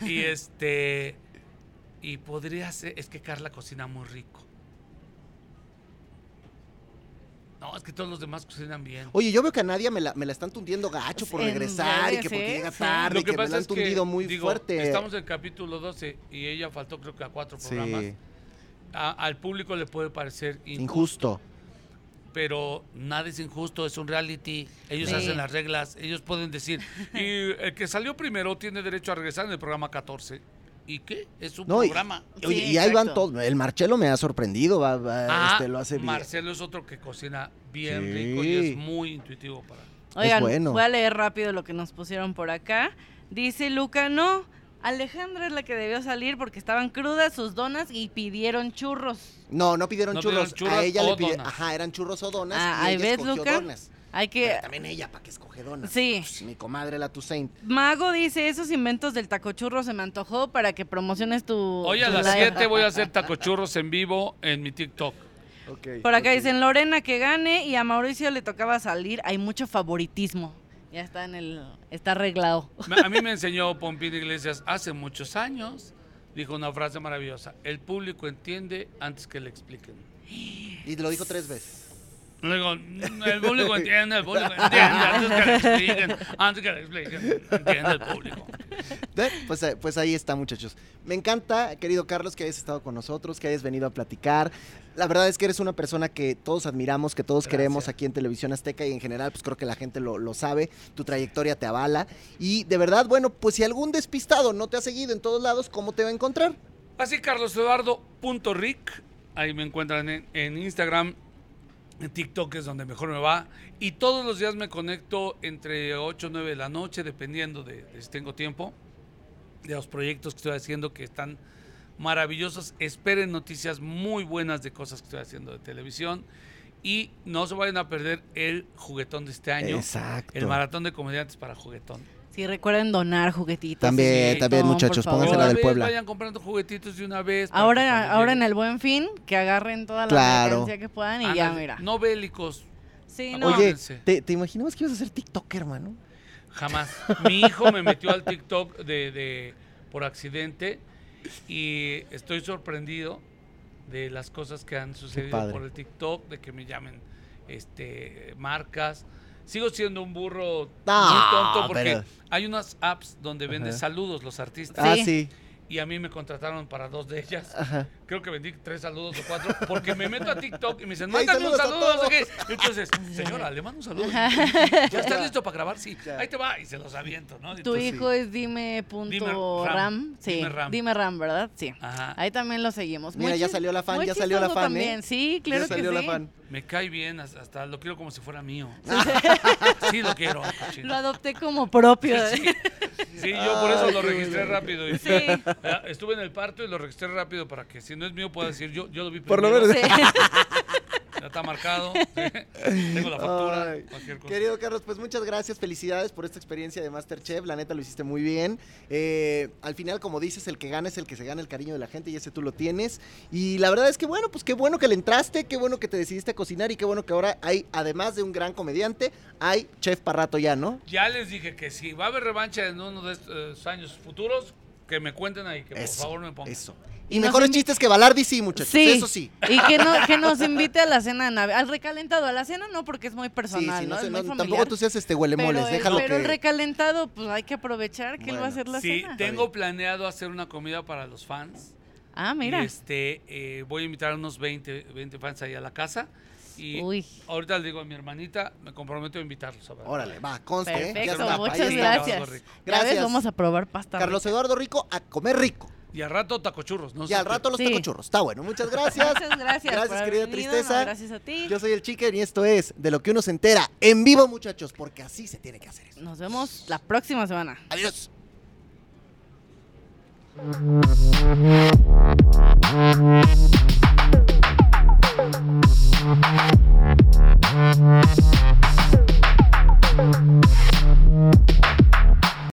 Y este. Y podría ser. Es que Carla cocina muy rico. No, es que todos los demás cocinan bien. Oye, yo veo que a Nadia me la, me la están tundiendo gacho por En regresar y redes, que porque ¿eh? llega Sí. tarde, y que, me la han tundido muy digo, fuerte. Estamos en el capítulo 12 y ella faltó, creo que a cuatro programas. sí, A- al público le puede parecer injusto. injusto. pero nada es injusto, es un reality. Ellos Sí. hacen las reglas, ellos pueden decir. Y el que salió primero tiene derecho a regresar en el programa 14. ¿Y qué? Es un No, y- programa. Sí, Oye, y ahí van exacto. todos. El Marcelo me ha sorprendido, va- va, Ah, este, lo hace bien. Marcelo es otro que cocina bien Sí. rico y es muy intuitivo para. Oigan, bueno. voy a leer rápido lo que nos pusieron por acá. Dice Luca, no, Alejandra es la que debió salir porque estaban crudas sus donas y pidieron churros. No, no pidieron No churros. pidieron a churros ella o le pidieron. donas. Ajá, eran churros o donas. Ah, y ahí ella ves, escogió Luca. donas. Hay que... Pero también ella, ¿para qué escoge donas? Sí. Pues, mi comadre, la Toussaint. Mago dice, esos inventos del tacochurro se me antojó para que promociones tu... Hoy a tu las live". 7 voy a hacer tacochurros en vivo en mi TikTok. Por acá dicen Lorena que gane y a Mauricio le tocaba salir. Hay mucho favoritismo. Ya está en el... Está arreglado. Me- A mí me enseñó Pompín Iglesias hace muchos años. Dijo una frase maravillosa: El público entiende antes que le expliquen. Y lo dijo tres veces. Le digo, "Mm, el público entiende, el público entiende, antes que le expliquen, antes que le expliquen, entiende el público. ¿Ve? Pues, eh, pues ahí está, muchachos. Me encanta, querido Carlos, que hayas estado con nosotros, que hayas venido a platicar. La verdad es que eres una persona que todos admiramos, que todos Gracias. queremos aquí en Televisión Azteca y en general, pues creo que la gente lo, lo sabe. Tu trayectoria te avala. Y de verdad, bueno, pues si algún despistado no te ha seguido en todos lados, ¿cómo te va a encontrar? Así, Carlos Eduardo.ric, ahí me encuentran en, en Instagram, en TikTok es donde mejor me va. Y todos los días me conecto entre 8 y 9 de la noche, dependiendo de, de si tengo tiempo, de los proyectos que estoy haciendo que están maravillosos. Esperen noticias muy buenas de cosas que estoy haciendo de televisión. Y no se vayan a perder el juguetón de este año. Exacto. El maratón de comediantes para juguetón. Sí, recuerden donar juguetitos. También, Sí, también, por muchachos, favor. pónganse la Otra del vez Puebla. Vayan comprando juguetitos de una vez. para que Ahora, cuando ahora en llegue- el buen fin, que agarren toda la Claro. mercancía que puedan y ya, Ándale, mira. No Ah, bélicos, Sí, no. Oye, Pónganse. ¿te, te imaginabas que ibas a ser TikToker, hermano? jamás. Mi hijo me metió al TikTok de, de- por accidente y estoy sorprendido de las cosas que han sucedido padre. por el TikTok, de que me llamen este marcas. Sigo siendo un burro muy Ah, tonto porque pero- hay unas apps donde venden Ajá. saludos los artistas Ah, Sí. sí. y a mí me contrataron para dos de ellas. Ajá. creo que vendí tres saludos o cuatro, porque me meto a TikTok y me dicen, Ay, mándame un saludos a saludo. no sé todos. qué. Entonces, señora, le mando un saludo. ¿Ya estás listo para grabar? Sí. Ya. Ahí te va. Y se los aviento, ¿no? Tu Entonces, hijo es dime punto pues Dime Ram. ram. Sí, Dime Ram. ¿verdad? Sí. Ajá. Ahí también lo seguimos. Mira, Muy ya chis- salió la fan, muy ya salió la chistoso fan, ¿eh? También. Sí, claro Ya que salió sí. la fan. Me cae bien, hasta, hasta lo quiero como si fuera mío. Sí, lo quiero. al cochino. Lo adopté como propio. ¿eh? Sí, Sí, yo por eso Ay, lo qué registré bueno. rápido. y- Sí. Ah, Estuve en el parto y lo registré rápido para que si no es mío pueda decir yo, yo lo vi Por lo primero, menos. Sí. Ya está marcado. sí. Tengo la factura. Ay, cualquier cosa. Querido Carlos, pues muchas gracias, felicidades por esta experiencia de Masterchef, la neta lo hiciste muy bien. Eh, al final, como dices, el que gana es el que se gana el cariño de la gente y ese tú lo tienes. Y la verdad es que bueno, pues qué bueno que le entraste, qué bueno que te decidiste a cocinar y qué bueno que ahora hay, además de un gran comediante, hay chef para rato ya, ¿no? Ya les dije que si va a haber revancha en uno de estos eh, años futuros, que me cuenten ahí, que por Eso, favor me pongan. Eso. Y, Y nos mejores invi- chistes que Balardi sí, muchachos, Sí. eso sí. Y que, no, que nos invite a la cena de Navidad. Al recalentado, a la cena no, porque es muy Sí, personal, sí, ¿no? no, Es sé, muy no, familiar. tampoco tú seas este huele pero moles, el, déjalo pero el que- recalentado, pues hay que aprovechar que él va a Bueno, hacer la Sí, cena. tengo planeado hacer una comida para los fans. Ah, Y, mira. este, eh, voy a invitar a unos 20, 20 fans ahí a la casa. Y Uy. ahorita le digo a mi hermanita, me comprometo a invitarlos. a ver. Órale, va, conste, ¿eh? Perfecto, ya está, ahí muchas está. gracias. Algo rico. Ya ves, Gracias. Vamos a probar pasta. Carlos Eduardo Rico a comer rico. Y al rato tacochurros, ¿no? Y al rato los Sí. tacochurros. Está bueno, muchas rica. gracias. Muchas gracias. Gracias, por haber querida venido, Tristeza. no, gracias a ti. Yo soy el Chicken y esto es De lo que uno se entera en vivo, muchachos, porque así se tiene que hacer. eso. Nos vemos la próxima semana. Adiós.